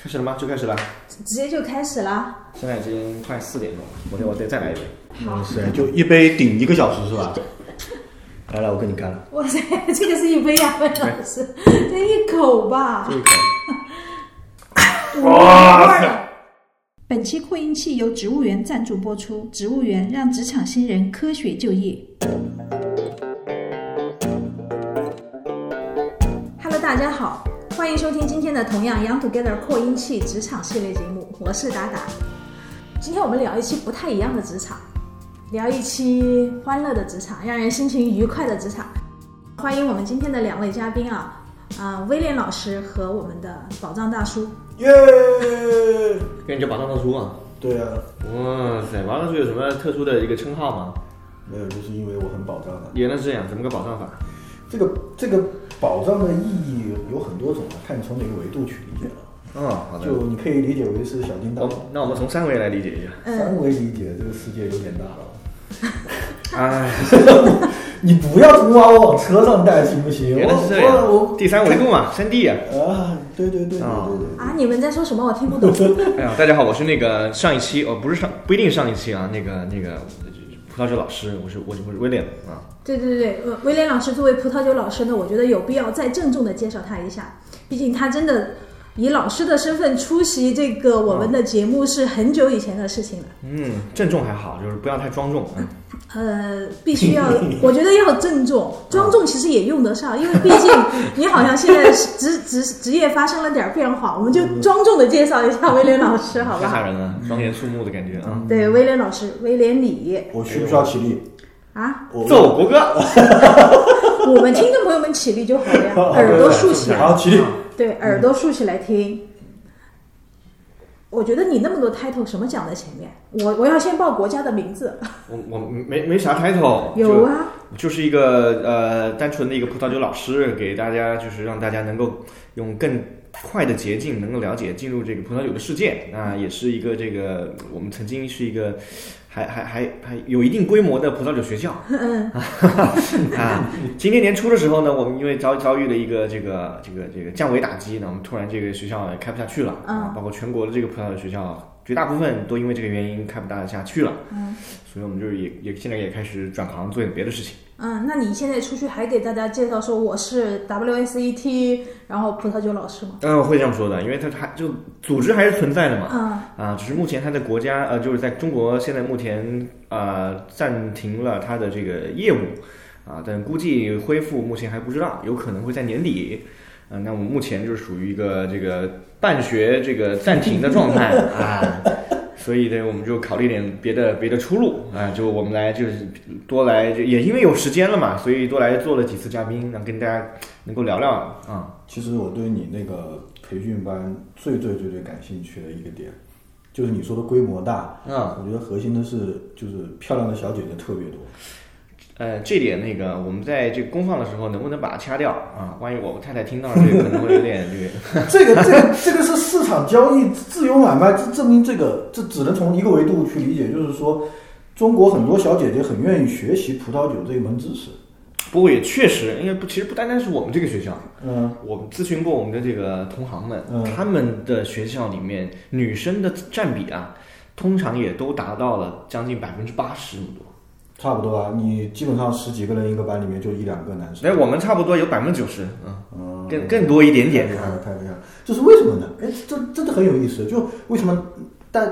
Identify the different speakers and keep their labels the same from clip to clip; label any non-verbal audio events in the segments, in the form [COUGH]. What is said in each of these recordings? Speaker 1: 开始了吗？就开始了。
Speaker 2: 直接就开始啦。
Speaker 1: 现在已经快四点钟，我得我得再来一杯。嗯
Speaker 2: 好，
Speaker 3: 是，就一杯顶一个小时是吧？嗯 [LAUGHS] 来来，我跟你干了，
Speaker 2: 哇塞，这个是一杯呀，温 [LAUGHS] 老师，这一口吧
Speaker 1: 这。一口，
Speaker 2: 哇！本期扩音器由植物园赞助播出，植物园让职场新人科学就业。Hello，大家好，欢迎收听今天的《同样 Young Together 扩音器职场系列节目》，我是达达。今天我们聊一期不太一样的职场，聊一期欢乐的职场，让人心情愉快的职场。欢迎我们今天的两位嘉宾啊，啊、威廉老师和我们的宝藏大叔。
Speaker 3: 耶！
Speaker 1: 跟你叫宝藏大叔啊。
Speaker 3: 对啊，
Speaker 1: 哇塞，宝藏大叔有什么特殊的一个称号吗？
Speaker 3: 没有，就是因为我很保障的。
Speaker 1: 原来是这样，怎么个宝藏法？
Speaker 3: 这个这个保障的意义有很多种啊，看你从哪个维度去理解了。
Speaker 1: 嗯，好的。
Speaker 3: 就你可以理解为是小叮当，
Speaker 1: 我那我们从三维来理解一
Speaker 2: 呃
Speaker 1: 下。
Speaker 3: 三维理解这个世界有点大了。
Speaker 1: 哎，
Speaker 3: 你不要总把我往车上带，行不行？
Speaker 1: 原来是这
Speaker 3: 我我
Speaker 1: 样，第三维度嘛， [LAUGHS] 三 D 啊。
Speaker 3: 我啊，对对对对
Speaker 1: 啊
Speaker 3: 对对。
Speaker 2: 啊，你们在说什么？我听不懂。
Speaker 1: 哎呀，大家好，我是那个上一期哦，不是上不一定上一期啊，那个那个葡萄酒老师，我是我是我是威廉啊。
Speaker 2: 对对对，呃，威廉老师作为葡萄酒老师呢，我觉得有必要再郑重的介绍他一下，毕竟他真的以老师的身份出席这个我们的节目是很久以前的事情了。
Speaker 1: 嗯，郑重还好，就是不要太庄重。嗯，
Speaker 2: 呃，必须要，我觉得要郑重，庄重其实也用得上，因为毕竟你好像现在是职职职业发生了点变化，我们就庄重的介绍一下威廉老师，好
Speaker 1: 太 [LAUGHS] 吓
Speaker 2: 吧？
Speaker 1: 人了，庄严肃穆的感觉啊。
Speaker 2: 对，威廉老师，威廉你
Speaker 3: 我需不需要起立？
Speaker 2: 啊，
Speaker 3: 我
Speaker 1: 奏国歌。
Speaker 2: 我们听众朋友们起立就好了呀，耳朵竖起来。
Speaker 3: 好，起立。
Speaker 1: 啊
Speaker 2: 对，耳朵竖起来听。我觉得你那么多 title 什么讲在前面？我我要先报国家的名字。
Speaker 3: 哦
Speaker 1: 我我没没啥 title，
Speaker 2: 有啊，
Speaker 1: 就就是一个呃单纯的一个葡萄酒老师，给大家就是让大家能够用更快的捷径能够了解进入这个葡萄酒的世界。那、也是一个这个我们曾经是一个还还还还有一定规模的葡萄酒学校。
Speaker 2: [LAUGHS] 嗯
Speaker 1: 啊，今年年初的时候呢，我们因为遭遭遇了一个这个这个这个降维打击呢，我们突然这个学校也开不下去了啊，包括全国的这个葡萄酒学校，绝大部分都因为这个原因开不大下去了。
Speaker 2: 嗯，
Speaker 1: 所以我们就是也也现在也开始转行做点别的事情。
Speaker 2: 嗯，那你现在出去还给大家介绍说我是 WSET，然后葡萄酒老师吗？
Speaker 1: 嗯，我会这样说的，因为它它就组织还是存在的嘛，
Speaker 2: 嗯
Speaker 1: 啊，只是目前它的国家呃，就是在中国现在目前呃暂停了它的这个业务啊，但估计恢复目前还不知道，有可能会在年底。嗯、那我们目前就是属于一个这个办学这个暂停的状态啊，所以呢，我们就考虑点别的别的出路啊，就我们来就是多来，就也因为有时间了嘛，所以多来做了几次嘉宾，那跟大家能够聊聊啊。
Speaker 3: 其实我对你那个培训班最最最最感兴趣的一个点，就是你说的规模大。
Speaker 1: 嗯，
Speaker 3: 啊我觉得核心的是就是漂亮的小姐姐特别多。
Speaker 1: 呃，这点那个我们在这个公放的时候能不能把它掐掉啊？万一我太太听到这个可能会有点这个。
Speaker 3: 这个这个这个是市场交易自由买卖，这证明这个这只能从一个维度去理解，就是说中国很多小姐姐很愿意学习葡萄酒这一门知识。
Speaker 1: 不过也确实，因为不其实不单单是我们这个学校，
Speaker 3: 嗯，
Speaker 1: 我们咨询过我们的这个同行们，
Speaker 3: 嗯
Speaker 1: 他们的学校里面女生的占比啊，通常也都达到了将近百分之八十那么多。
Speaker 3: 差不多啊，你基本上十几个人一个班里面就一两个男生。
Speaker 1: 哎，我们差不多有百分之九十，嗯，
Speaker 3: 嗯，
Speaker 1: 更更多一点点啊
Speaker 3: 太厉害了，太厉害了！这是为什么呢？哎，这真的很有意思。就为什么大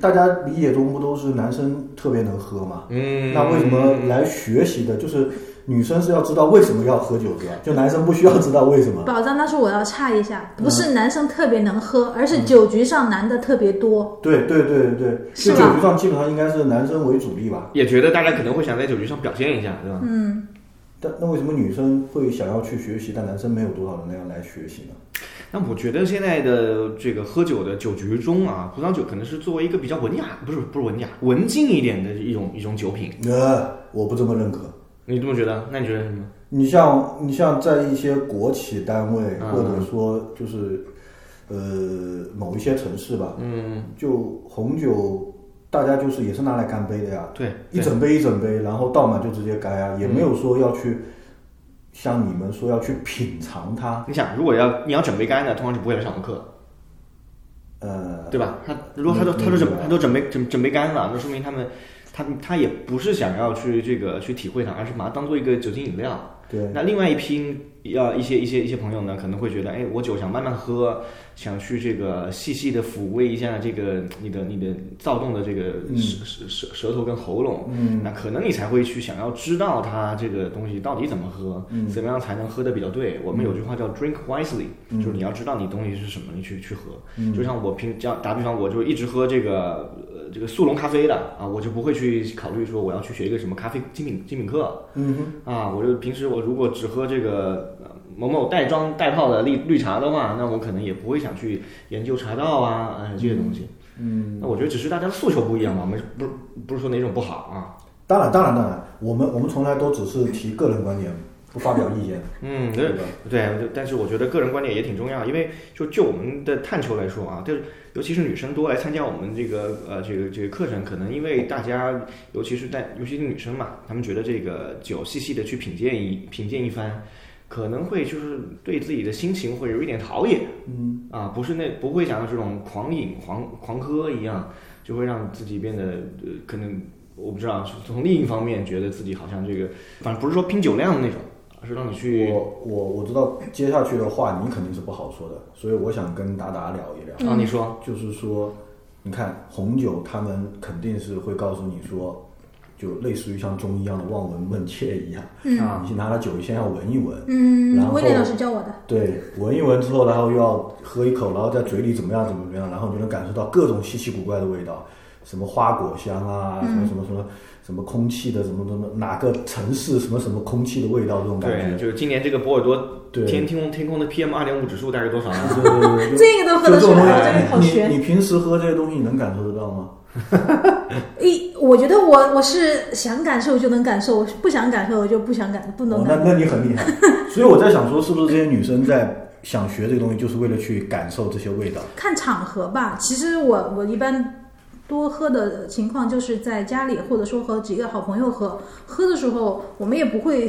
Speaker 3: 大家理解中不都是男生特别能喝吗？
Speaker 1: 嗯，
Speaker 3: 那为什么来学习的？就是女生是要知道为什么要喝酒，对吧？就男生不需要知道为什么。
Speaker 2: 宝藏大叔，我要插一下，
Speaker 3: 嗯
Speaker 2: 不是男生特别能喝，而是酒局上男的特别多。
Speaker 3: 对对对对，
Speaker 2: 是
Speaker 3: 就
Speaker 2: 吧
Speaker 3: 酒局上基本上应该是男生为主力吧？
Speaker 1: 也觉得大家可能会想在酒局上表现一下，对吧？
Speaker 3: 但那为什么女生会想要去学习，但男生没有多少人那样来学习呢？
Speaker 1: 那我觉得现在的这个喝酒的酒局中啊，葡萄酒可能是作为一个比较文雅，不是不是文雅，文静一点的一种一种酒品。
Speaker 3: 呃，我不这么认可。
Speaker 1: 你这么觉得？那你觉得是什么？
Speaker 3: 你像你像在一些国企单位，
Speaker 1: 嗯
Speaker 3: 或者说就是呃某一些城市吧，
Speaker 1: 嗯，
Speaker 3: 就红酒大家就是也是拿来干杯的呀，
Speaker 1: 对，
Speaker 3: 一整杯一整杯，然后倒满就直接干呀，也没有说要去像你们说要去品尝它。
Speaker 1: 你想，如果要你要整杯干的，通常就不会来上我们课。
Speaker 3: 的，
Speaker 1: 对吧？他如果他都
Speaker 3: 嗯
Speaker 1: 他都准
Speaker 3: 嗯
Speaker 1: 他都准备准准备干了，那说明他们他他也不是想要去这个去体会它，而是把它当做一个酒精饮料。
Speaker 3: 对，
Speaker 1: 那另外一批呃一些一些一些朋友呢，可能会觉得，哎，我酒想慢慢喝，想去这个细细的抚慰一下这个你的你的躁动的这个
Speaker 3: 嗯
Speaker 1: 舌舌舌舌头跟喉咙。
Speaker 3: 嗯，
Speaker 1: 那可能你才会去想要知道它这个东西到底怎么喝，
Speaker 3: 嗯
Speaker 1: 怎么样才能喝的比较对。我们有句话叫 “drink wisely”，、就是
Speaker 3: 嗯
Speaker 1: 你要知道你东西是什么，你去去喝。就像我平这样打比方，我就一直喝这个呃这个速溶咖啡的啊，我就不会去考虑说我要去学一个什么咖啡精品精品课，
Speaker 3: 嗯
Speaker 1: 啊，我就平时我如果只喝这个呃某某袋装袋泡的绿绿茶的话，那我可能也不会想去研究茶道啊，呃这些东西。嗯，那我觉得只是大家的诉求不一样嘛，没不是不是说哪种不好啊。
Speaker 3: 哼，当然，当然，当然，我们我们从来都只是提个人观点，不发表意见，
Speaker 1: 嗯，对
Speaker 3: 对吧？
Speaker 1: 对，我就但是我觉得个人观点也挺重要，因为就就我们的探求来说啊，就是尤其是女生多来参加我们这个呃这个这个课程，可能因为大家尤其是在尤其是女生嘛，她们觉得这个酒细细的去品鉴一品鉴一番，可能会就是对自己的心情会有一点陶冶，嗯啊，不是那不会像这种狂饮狂狂喝一样，就会让自己变得呃可能我不知道，是从另一方面觉得自己好像这个，反正不是说拼酒量的那种，而是让你去
Speaker 3: 我我我知道接下去的话你肯定是不好说的，所以我想跟达达聊一聊，
Speaker 2: 嗯
Speaker 1: 啊，你说。
Speaker 3: 就是说，你看红酒，他们肯定是会告诉你说，就类似于像中医一样的望闻问切一样，
Speaker 2: 嗯
Speaker 1: 啊
Speaker 3: 你拿了酒先要闻一闻，
Speaker 2: 嗯，
Speaker 3: 然后
Speaker 2: 威廉老师教我的。
Speaker 3: 对，闻一闻之后，然后又要喝一口，然后在嘴里怎么样怎么怎么样，然后你就能感受到各种稀奇古怪的味道，什么花果香啊，什么什么什么什么空气的什么什么哪个城市什么什么空气的味道这种感
Speaker 1: 对，
Speaker 3: 觉，
Speaker 1: 就是今年这个波尔多
Speaker 3: 对
Speaker 1: 天天空天空的 PM 二点五指数大概多少
Speaker 3: [LAUGHS]
Speaker 1: 啊？
Speaker 3: 对对对对，就
Speaker 2: 这个都喝
Speaker 3: 就
Speaker 2: 得
Speaker 3: 这
Speaker 2: 出
Speaker 3: 种
Speaker 2: 来，真的好
Speaker 3: 东西，
Speaker 2: 悬
Speaker 3: 你。你平时喝这些东西，你能感受得到吗？
Speaker 2: 一，我觉得我我是想感受就能感受，我不想感受我就不想感不能
Speaker 3: 哦，
Speaker 2: 感
Speaker 3: 那
Speaker 2: 受。
Speaker 3: 那你很厉害。所以我在想说，是不是这些女生在想学这个东西，就是为了去感受这些味道？
Speaker 2: 看场合吧。其实我我一般多喝的情况就是在家里，或者说和几个好朋友喝。喝的时候，我们也不会，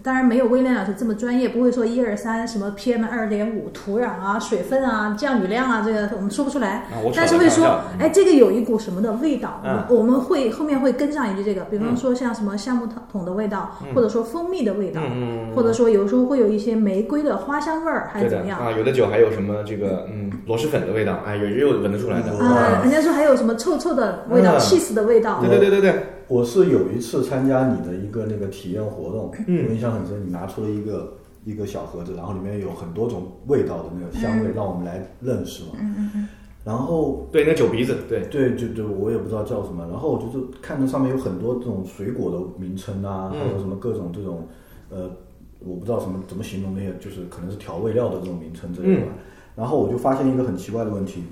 Speaker 2: 当然没有威廉老师这么专业，不会说一二三什么 PM 二点五、土壤啊、水分啊、降雨量啊，这个我们说不出来。
Speaker 1: 啊，我扯
Speaker 2: 但是
Speaker 1: 了
Speaker 2: 会
Speaker 1: 一
Speaker 2: 说
Speaker 1: 下，
Speaker 2: 哎，这个有一股什么的味道，
Speaker 1: 嗯
Speaker 2: 我们会后面会跟上一句这个，比方说像什么橡木桶的味道，或者说蜂蜜的味道，
Speaker 1: 嗯嗯嗯
Speaker 2: 或者说有时候会有一些玫瑰的花香味哎儿，还
Speaker 1: 对
Speaker 2: 是
Speaker 1: 的
Speaker 2: 怎么样？
Speaker 1: 啊，有的酒还有什么这个嗯螺蛳粉的味道，哎，有也有闻得出来的。
Speaker 3: 嗯
Speaker 2: 啊，人家说还有什么臭臭的味道、
Speaker 1: 嗯
Speaker 2: cheese 的味道
Speaker 1: 对，对对对对，
Speaker 3: 哎我是有一次参加你的一个那个体验活动，我印象很深，你拿出了一个一个小盒子，然后里面有很多种味道的那个香味，让我们来认识嘛。然后
Speaker 1: 对那酒鼻子，对，
Speaker 3: 对，就就我也不知道叫什么，然后我就是看着上面有很多这种水果的名称啊，还
Speaker 1: 嗯
Speaker 3: 有什么各种这种，呃，我不知道什么怎么形容那些，就是可能是调味料的这种名称之类的
Speaker 1: 嗯
Speaker 3: 吧。然后我就发现一个很奇怪的问题，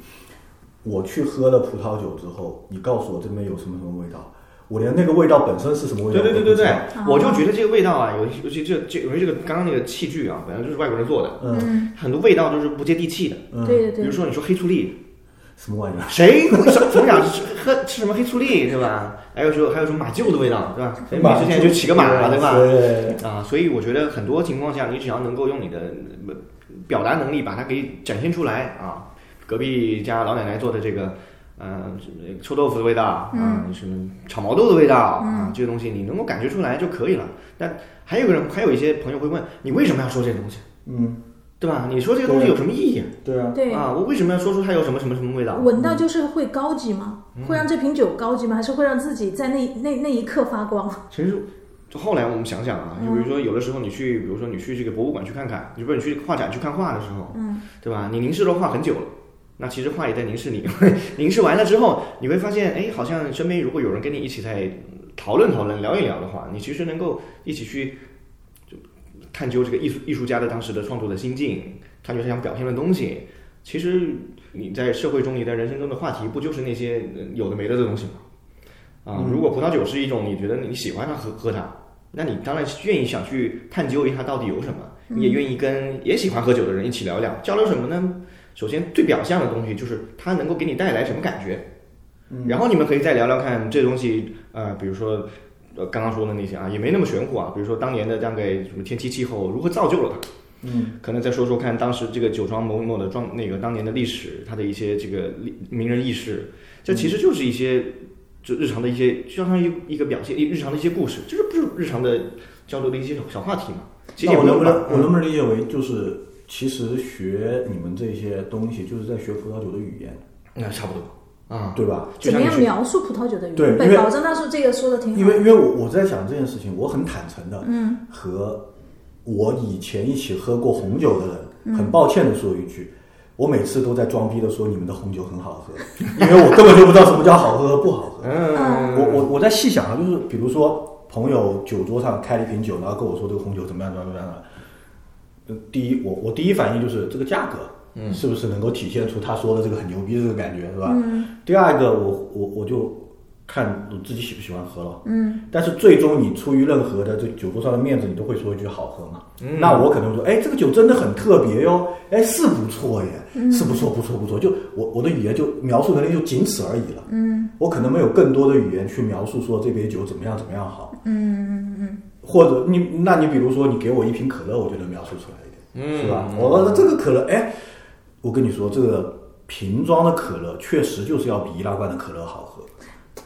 Speaker 3: 我去喝了葡萄酒之后，你告诉我这边有什么什么味道，我连那个味道本身是什么味道
Speaker 1: 对对
Speaker 3: 我
Speaker 1: 对
Speaker 3: 都
Speaker 1: 对
Speaker 3: 不知
Speaker 1: 对
Speaker 3: 道。，
Speaker 2: 哦
Speaker 1: 我就觉得这个味道啊，尤其尤其这这尤其这个刚刚那个器具啊，本来就是外国人做的，
Speaker 3: 嗯
Speaker 1: 很多味道都是不接地气的。
Speaker 3: 嗯，
Speaker 2: 对对
Speaker 1: 比如
Speaker 2: 对，
Speaker 1: 说你说黑醋栗，
Speaker 3: 什么玩意儿？
Speaker 1: 谁会什 [LAUGHS] 从小吃喝吃什么黑醋栗对吧？还有说还有什么马厩的味道对吧？谁每次现在就骑个马对吧？
Speaker 3: 对，
Speaker 1: 啊，所以我觉得很多情况下，你只要能够用你的呃表达能力把它给展现出来啊。隔壁家老奶奶做的这个，呃，臭豆腐的味道啊，什么炒毛豆的味道、啊，这些东西你能够感觉出来就可以了。但还有个人，还有一些朋友会问，你为什么要说这个东西，
Speaker 3: 嗯，
Speaker 1: 对吧？你说这个东西有什么意义
Speaker 3: 对啊，
Speaker 2: 对，
Speaker 1: 啊？我为什么要说出它有什么什么什么味道？
Speaker 2: 闻到就是会高级吗？会让这瓶酒高级吗？还是会让自己在那那那一刻发光？
Speaker 1: 其实就后来我们想想啊，就比如说有的时候你去，比如说你去这个博物馆去看看，你不是你去画展去看画的时候，
Speaker 2: 嗯，
Speaker 1: 对吧？你凝视了画很久了。那其实画也在凝视你， [LAUGHS] 凝视完了之后，你会发现，哎，好像身边如果有人跟你一起在讨论讨论、聊一聊的话，你其实能够一起去就探究这个艺术艺术家的当时的创作的心境，探究他想表现的东西。其实你在社会中、你在人生中的话题，不就是那些呃有的没的的东西吗？啊，如果葡萄酒是一种你觉得你喜欢它喝喝它，那你当然愿意想去探究一下到底有什么，你也愿意跟也喜欢喝酒的人一起聊一聊，交流什么呢？首先最表象的东西就是它能够给你带来什么感觉，
Speaker 3: 嗯
Speaker 1: 然后你们可以再聊聊看这东西，呃，比如说。呃，刚刚说的那些啊，也没那么玄乎啊。比如说当年的大概什么天气气候如何造就了它，嗯，可能再说说看当时这个酒庄某某的庄那个当年的历史，它的一些这个历名人轶事，这其实就是一些就日常的一些，就相当于一个表现，一日常的一些故事，这是不是日常的交流的一些小小话题嘛？其实
Speaker 3: 那
Speaker 1: 也
Speaker 3: 我
Speaker 1: 不用
Speaker 3: 能
Speaker 1: 嗯把
Speaker 3: 不能我能不能理解为就是，其实学你们这些东西，就是在学葡萄酒的语言，
Speaker 1: 那差不多啊，
Speaker 3: 对吧？
Speaker 1: 就
Speaker 2: 怎
Speaker 1: 像
Speaker 2: 么
Speaker 1: 你
Speaker 2: 样
Speaker 1: 去
Speaker 2: 描述葡萄酒的
Speaker 3: 对
Speaker 2: 原
Speaker 3: 因
Speaker 2: 本？
Speaker 3: 为
Speaker 2: 保证大叔这个说的挺好。
Speaker 3: 因为因为我我在想这件事情，我很坦诚的，嗯，和我以前一起喝过红酒的人，很抱歉的说一句。我每次都在装逼的说你们的红酒很好喝， [LAUGHS] 因为我根本就不知道什么叫好喝和不好喝。
Speaker 1: 嗯，
Speaker 3: 我我我在细想啊，就是比如说朋友酒桌上开了一瓶酒，然后跟我说这个红酒怎么样怎么样怎么样。呃第一，我我第一反应就是这个价格，嗯，是不是能够体现出他说的这个很牛逼的这个感觉，是吧？嗯。第二个，我我我就看我自己喜不喜欢喝了，嗯。但是最终你出于任何的这酒桌上的面子，你都会说一句好喝嘛。嗯、那我可能会说，哎，这个酒真的很特别哟，哎，是不错耶，是不错，不错，不错。就我我的语言就描述能力就仅此而已了，嗯。我可能没有更多的语言去描述说这杯酒怎么样怎么样好，嗯或者你，那你比如说你给我一瓶可乐，我就能描述出来一点，是吧？我说这个可乐，哎，我跟你说，这个瓶装的可乐确实就是要比易拉罐的可乐好喝。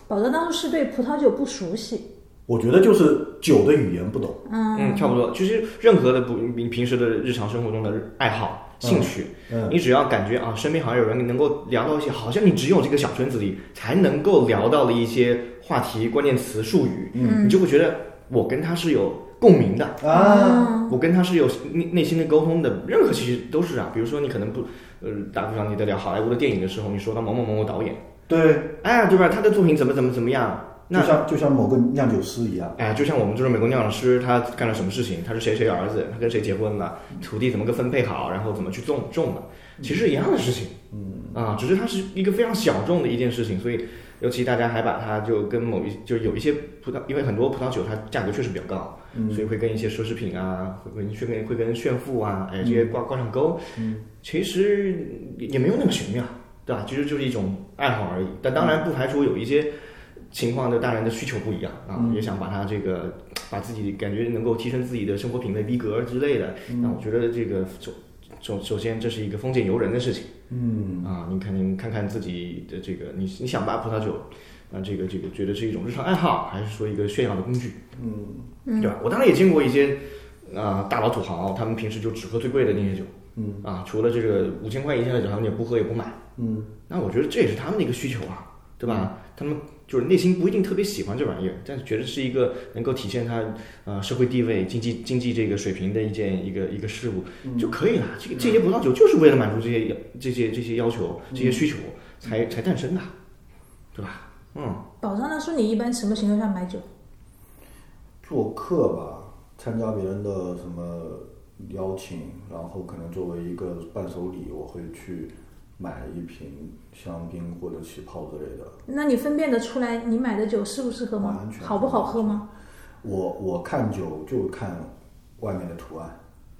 Speaker 2: 保证大叔是对葡萄酒不熟悉，
Speaker 3: 我觉得就是酒的语言不懂，
Speaker 1: 嗯，差不多。其实任何的不，你平时的日常生活中的爱好、兴趣，
Speaker 3: 嗯
Speaker 1: 你只要感觉啊，身边好像有人能够聊到一些，好像你只有这个小圈子里才能够聊到的一些话题、关键词、术语，嗯，你就会觉得我跟他是有共鸣的，
Speaker 2: 嗯
Speaker 3: 啊，
Speaker 1: 我跟他是有内内心的沟通的。任何其实都是啊，比如说你可能不，呃，打比方你在聊好莱坞的电影的时候，你说到某某某某导演，
Speaker 3: 对，
Speaker 1: 哎，对吧？他的作品怎么怎么怎么样？
Speaker 3: 就
Speaker 1: 那
Speaker 3: 像就像某个酿酒师一样，
Speaker 1: 哎，就像我们这种美国酿酒师，他干了什么事情？他是谁谁儿子？他跟谁结婚了？土地怎么个分配好？然后怎么去种种了？其实一样的事情，嗯啊，只是它是一个非常小众的一件事情，所以尤其大家还把它就跟某一就有一些葡萄，因为很多葡萄酒它价格确实比较高，所以会跟一些奢侈品啊，会跟炫会跟炫富啊，哎这些挂挂上钩，嗯，其实也也没有那么玄妙，对吧？其实就是一种爱好而已，但当然不排除有一些。情况的大人的需求不一样啊，也想把他这个把自己感觉能够提升自己的生活品味、逼格之类的。那我觉得这个首首首先这是一个封建游人的事情。嗯啊，你看你看看自己的这个，你你想把葡萄酒啊这个这个觉得是一种日常爱好，还是说一个炫耀的工具？嗯，对吧？我当然也见过一些啊、大老土豪，他们平时就只喝最贵的那些酒。嗯啊，除了这个五千块以下的酒，他们也不喝也不买。
Speaker 3: 嗯，
Speaker 1: 那我觉得这也是他们的一个需求啊，对吧？他们就是内心不一定特别喜欢这玩意儿，但是觉得是一个能够体现他呃社会地位、经济经济这个水平的一件一个一个事物、就可以了。这个这些葡萄酒就是为了满足这些要这些这些要求、这些需求才才诞生的，对吧？嗯，
Speaker 2: 保证大叔你一般什么情况下买酒？
Speaker 3: 做客吧，参加别人的什么邀请，然后可能作为一个伴手礼，我会去买一瓶香槟或者起泡之类的。
Speaker 2: 那你分辨得出来你买的酒适不适合吗
Speaker 3: 完？全
Speaker 2: 好不好喝吗？
Speaker 3: 我我看酒就看外面的图案，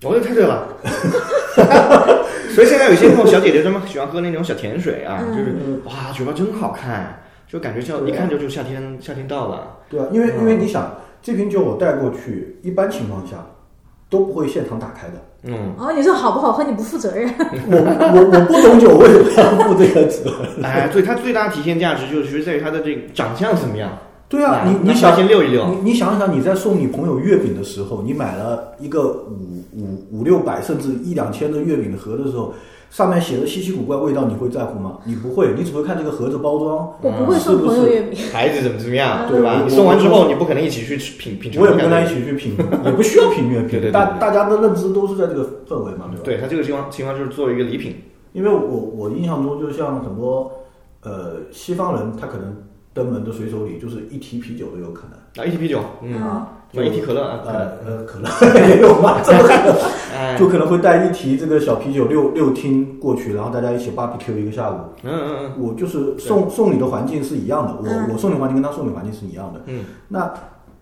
Speaker 1: 哦，这太对了。 [LAUGHS] 所以现在有一些那种小姐姐她们喜欢喝那种小甜水啊，就是哇，酒吧真好看，就感觉像一看就就夏天夏天到了。
Speaker 3: 对啊，因为因为你想，这瓶酒我带过去，一般情况下都不会现场打开的。
Speaker 1: 嗯，
Speaker 2: 哦，你说好不好喝你不负责任，
Speaker 3: 我我我不懂酒，我也不要负这个责任。
Speaker 1: 哎，对，它最大的体现价值就是在于它的这个长相怎么样。
Speaker 3: 对啊，你
Speaker 1: 拿
Speaker 3: 你想
Speaker 1: 拿先溜一溜，
Speaker 3: 你你想想，你在送你朋友月饼的时候，你买了一个五五五六百甚至一两千的月饼的盒的时候，上面写的稀奇古怪味道，你会在乎吗？你不会，你只会看这个盒子包装。
Speaker 2: 我不会
Speaker 3: 嗯是
Speaker 2: 送
Speaker 3: 不
Speaker 2: 朋
Speaker 3: 是
Speaker 2: 友月饼。
Speaker 1: 孩子怎么怎么样，
Speaker 3: 对
Speaker 1: 对吧？
Speaker 3: 我
Speaker 1: 你送完之后，你不可能一起去吃品品尝。
Speaker 3: 我也不跟他一。起去品，也不需要品月
Speaker 1: [LAUGHS] 对对对
Speaker 3: 饼，
Speaker 1: 对
Speaker 3: 大大家的认知都是在这个氛围嘛，对吧？
Speaker 1: 对它这个情况情况就是作为一个礼品，
Speaker 3: 因为我我印象中，就像很多呃西方人，他可能登门的随手礼就是一提啤酒都有可能。
Speaker 1: 啊，一提啤酒，嗯，
Speaker 2: 嗯，
Speaker 1: 对一提可乐啊，可
Speaker 3: 呃
Speaker 1: 乐
Speaker 3: 呃，可乐 [LAUGHS] 也有嘛，这么可能
Speaker 1: 哎，
Speaker 3: 就可能会带一提这个小啤酒六六听过去，然后大家一起 barbecue 一个下午。
Speaker 1: 嗯嗯嗯，
Speaker 3: 我就是送送礼的环境是一样的，我、
Speaker 2: 嗯
Speaker 3: 我送你的环境跟他送你的环境是一样的。
Speaker 1: 嗯，
Speaker 3: 那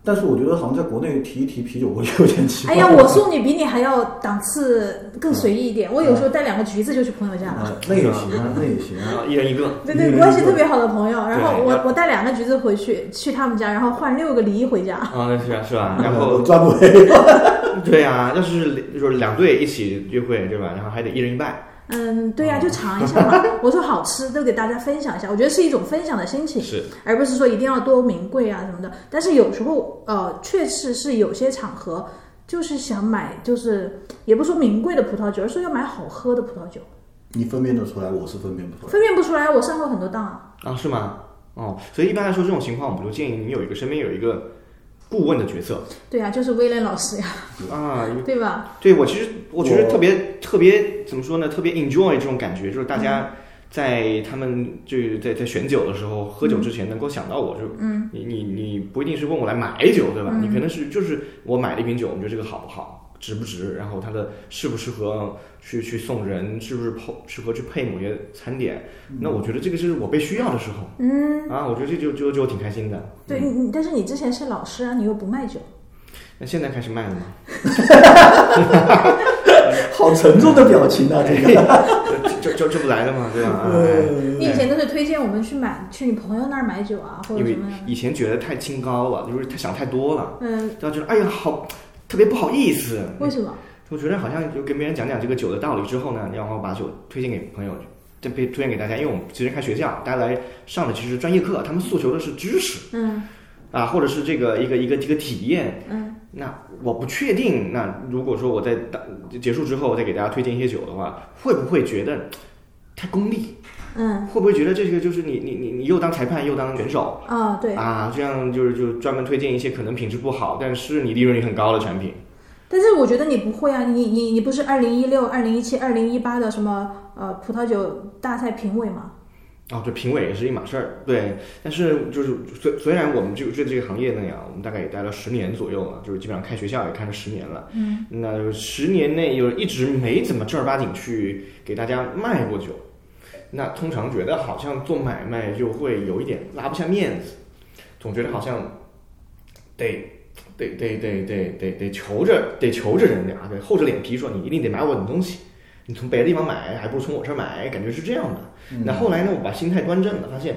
Speaker 3: 但是我觉得好像在国内提一提啤酒， [LAUGHS] 我有点奇怪。
Speaker 2: 哎呀，我送你比你还要档次更随意一
Speaker 1: 嗯
Speaker 2: 点。我有时候带两个橘子就去朋友家了。
Speaker 3: 啊，那也行啊，那也行啊。
Speaker 1: 啊，一人一个，
Speaker 2: 对
Speaker 3: 嗯
Speaker 2: 对，关系特别好的朋友，然后
Speaker 1: 对
Speaker 2: 我
Speaker 1: 要
Speaker 2: 我带两个橘子回去，去他们家，然后换六个梨回家。
Speaker 1: 啊，那是啊，是吧？ [LAUGHS] 然
Speaker 3: 呃我
Speaker 1: 后
Speaker 3: 抓不回。嗯
Speaker 1: 对啊，要是就是两队一起约会，对吧？然后还得一人一半，
Speaker 2: 嗯，对呀、就尝一下嘛。 [LAUGHS] 我说好吃都给大家分享一下，我觉得是一种分享的心情，
Speaker 1: 是
Speaker 2: 而不是说一定要多名贵啊什么的。但是有时候，呃，确实是有些场合就是想买，就是也不说名贵的葡萄酒，而是要买好喝的葡萄酒。
Speaker 3: 你分辨得出来，我是分辨不
Speaker 1: [LAUGHS]
Speaker 3: 出来。
Speaker 2: 分辨不出来，我上过很多当啊。
Speaker 1: 啊，是吗？哦，所以一般来说，这种情况我们就建议你有一个身边有一个顾问的角色
Speaker 2: 对呀、就是威廉老师呀，
Speaker 1: 啊，
Speaker 2: 对吧？
Speaker 1: 对我其实我其实
Speaker 3: 我
Speaker 1: 特别特别怎么说呢？特别 enjoy 这种感觉，就是大家在他们就是在在选酒的时候，喝酒之前能够想到我，就嗯，你你你不一定是问我来买酒，对吧？你可能是就是我买了一瓶酒，我觉得这个好不好，值不值，然后它的适不适合去去送人，是不是配适合去配某些餐点？那我觉得这个是我被需要的时候，嗯啊，我觉得这就就就挺开心的。
Speaker 2: 对，你你但是你之前是老师啊，你又不卖酒，
Speaker 1: 那现在开始卖了吗？ [LAUGHS]
Speaker 3: 好沉重的表情啊，
Speaker 1: [LAUGHS] 哎
Speaker 3: 这个。
Speaker 1: 这这这不来了吗？对吧？哎
Speaker 2: 你以前都是推荐我们去买去你朋友那儿买酒啊，或者
Speaker 1: 因
Speaker 2: 什
Speaker 1: 为
Speaker 2: 么样的。
Speaker 1: 以前觉得太清高了，就是太想太多了，
Speaker 2: 嗯，
Speaker 1: 然后觉得哎呀好，特别不好意思。
Speaker 2: 为什么？
Speaker 1: 我觉得好像就跟别人讲讲这个酒的道理之后呢，然后把酒推荐给朋友，再推推荐给大家，因为我们其实开学校，大家来上的其实是专业课，他们诉求的是知识
Speaker 2: 嗯
Speaker 1: 啊，或者是这个一个一个一个体验。
Speaker 2: 嗯
Speaker 1: 那我不确定，那如果说我在当结束之后再给大家推荐一些酒的话，会不会觉得太功利？
Speaker 2: 嗯，
Speaker 1: 会不会觉得这个就是你你你你又当裁判又当选手？
Speaker 2: 啊、对。
Speaker 1: 啊，这样就是就专门推荐一些可能品质不好，但是你利润率很高的产品。
Speaker 2: 但是我觉得你不会啊，你你你不是二零一六、二零一七、二零一八的什么呃葡萄酒大赛评委吗？
Speaker 1: 哦，对，评委也是一码事儿，对。但是就是虽虽然我们就对这个行业那样，我们大概也待了十年左右了，就是基本上开学校也开了十年了。嗯，那就是十年内有一直没怎么正儿八经去给大家卖过酒，那通常觉得好像做买卖就会有一点拉不下面子，总觉得好像得得得得得得得求着得求着人家，得厚着脸皮说你一定得买我的东西，你从别的地方买还不如从我这儿买，感觉是这样的。那后来呢，我把心态端正了，发现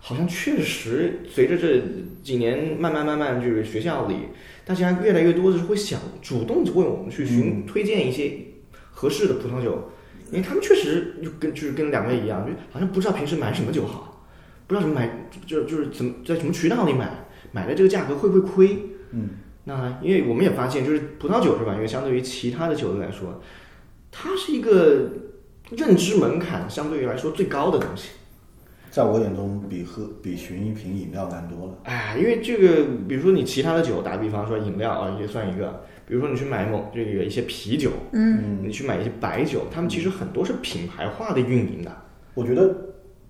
Speaker 1: 好像确实随着这几年慢慢慢慢，就是学校里大家越来越多的是会想主动为我们去寻、推荐一些合适的葡萄酒，因为他们确实就跟就是跟两位一样，就好像不知道平时买什么酒好，不知道怎么买，就就是怎么在什么渠道里买，买了这个价格会不会亏？
Speaker 3: 嗯，
Speaker 1: 那因为我们也发现，就是葡萄酒是吧？因为相对于其他的酒类来说，它是一个认知门槛相对于来说最高的东西。
Speaker 3: [LAUGHS] 在我眼中，比喝比寻一瓶饮料难多了。
Speaker 1: 哎，因为这个，比如说你其他的酒，打比方说饮料啊，也算一个。比如说你去买某这个一些啤酒，嗯，你去买一些白酒，他们其实很多是品牌化的运营的。
Speaker 3: 我觉得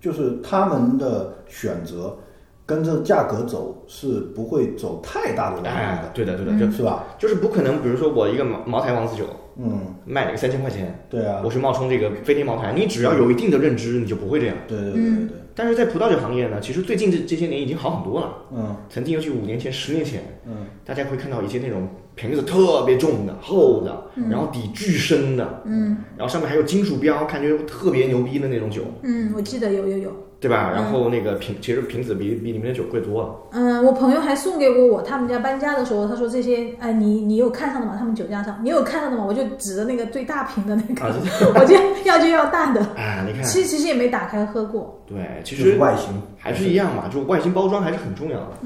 Speaker 3: 就是他们的选择跟着价格走是不会走太大的弯
Speaker 1: 哎
Speaker 3: 路，
Speaker 1: 对的，对的，
Speaker 3: 的，是吧？
Speaker 1: 就就是不可能。比如说我一个茅茅台王子酒
Speaker 3: 嗯，
Speaker 1: 卖了个三千块钱，
Speaker 3: 对啊，
Speaker 1: 我去冒充这个飞天茅台，你只要有一定的认知，你就不会这样。
Speaker 3: 对对对对，
Speaker 1: 但是在葡萄酒行业呢，其实最近这这些年已经好很多了。
Speaker 3: 嗯
Speaker 1: 曾经，尤其五年前、十年前，
Speaker 3: 嗯，
Speaker 1: 大家会看到一些那种瓶子特别重的、厚的，
Speaker 2: 嗯
Speaker 1: 然后底巨深的，嗯，然后上面还有金属标，看着特别牛逼的那种酒，
Speaker 2: 嗯，我记得有有有。
Speaker 1: 对吧？然后那个瓶，其实瓶子比比里面的酒贵多
Speaker 2: [LAUGHS]
Speaker 1: 了。
Speaker 2: 嗯，我朋友还送给过我，他们家搬家的时候，他说这些，哎，你你有看上的吗？他们酒架上，你有看上的吗？我就指着那个最大瓶的那个，
Speaker 1: 啊 [LAUGHS]
Speaker 2: 我就要就要大的。
Speaker 1: 哎，你看，
Speaker 2: 其实其实也没打开喝过，
Speaker 1: 对，其
Speaker 3: 就是
Speaker 1: 实
Speaker 3: 外形
Speaker 1: 还是一样嘛，就外形包装还是很重要的。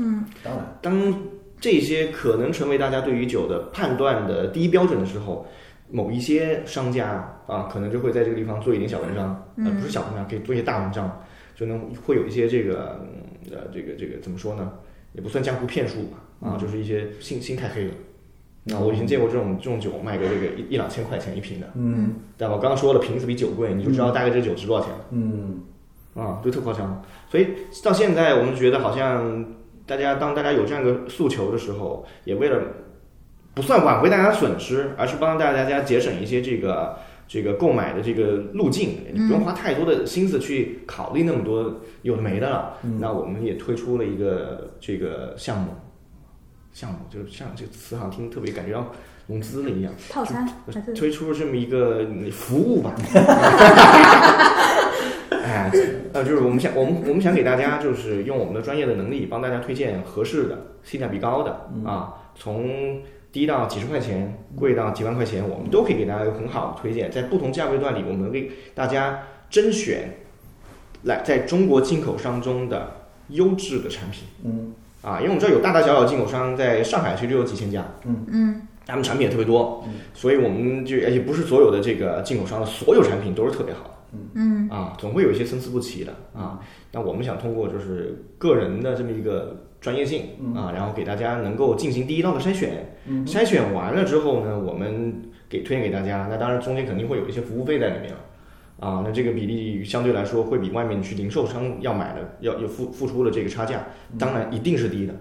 Speaker 3: 当然，
Speaker 1: 当这些可能成为大家对于酒的判断的第一标准的时候，某一些商家啊，可能就会在这个地方做一点小文章，
Speaker 3: 嗯
Speaker 1: 呃，不是小文章，可以做一些大文章，就能会有一些这个嗯呃这个这个怎么说呢，也不算江湖骗术吧，
Speaker 3: 嗯
Speaker 1: 啊，就是一些心心太黑了。啊，我以前见过这种这种酒卖个这个一一两千块钱一瓶的，
Speaker 3: 嗯
Speaker 1: 对吧？我刚刚说了，瓶子比酒贵，你就知道大概这酒值多少钱了。
Speaker 3: 嗯，
Speaker 1: 啊，就特夸张。所以到现在，我们觉得好像大家当大家有这样一个诉求的时候，也为了不算挽回大家的损失，而是帮大家节省一些这个这个购买的这个路径，你不用花太多的心思去考虑那么多有的没的了。那我们也推出了一个这个项目，项目，就像这个词好像听特别感觉要融资了一样，
Speaker 2: 套餐还是
Speaker 1: 推出了这么一个嗯服务吧。哎，呃，就是我们想，我们我们想给大家，就是用我们的专业的能力，帮大家推荐合适的、性价比高的啊，从低到几十块钱，贵到几万块钱，我们都可以给大家有很好的推荐。在不同价位段里，我们为大家甄选来在中国进口商中的优质的产品
Speaker 3: 嗯
Speaker 1: 啊，因为我们知道有大大小小进口商在上海其实就有几千家，
Speaker 2: 嗯
Speaker 1: 他们产品也特别多，所以我们就而且不是所有的这个进口商的所有产品都是特别好的。
Speaker 2: 嗯
Speaker 1: 啊，总会有一些参差不齐的啊。那我们想通过就是个人的这么一个专业性啊，然后给大家能够进行第一道的筛选，筛选完了之后呢，我们给推荐给大家。那当然中间肯定会有一些服务费在里面了。啊，那这个比例相对来说会比外面去零售商要买的要要付付出的这个差价，当然一定是低的。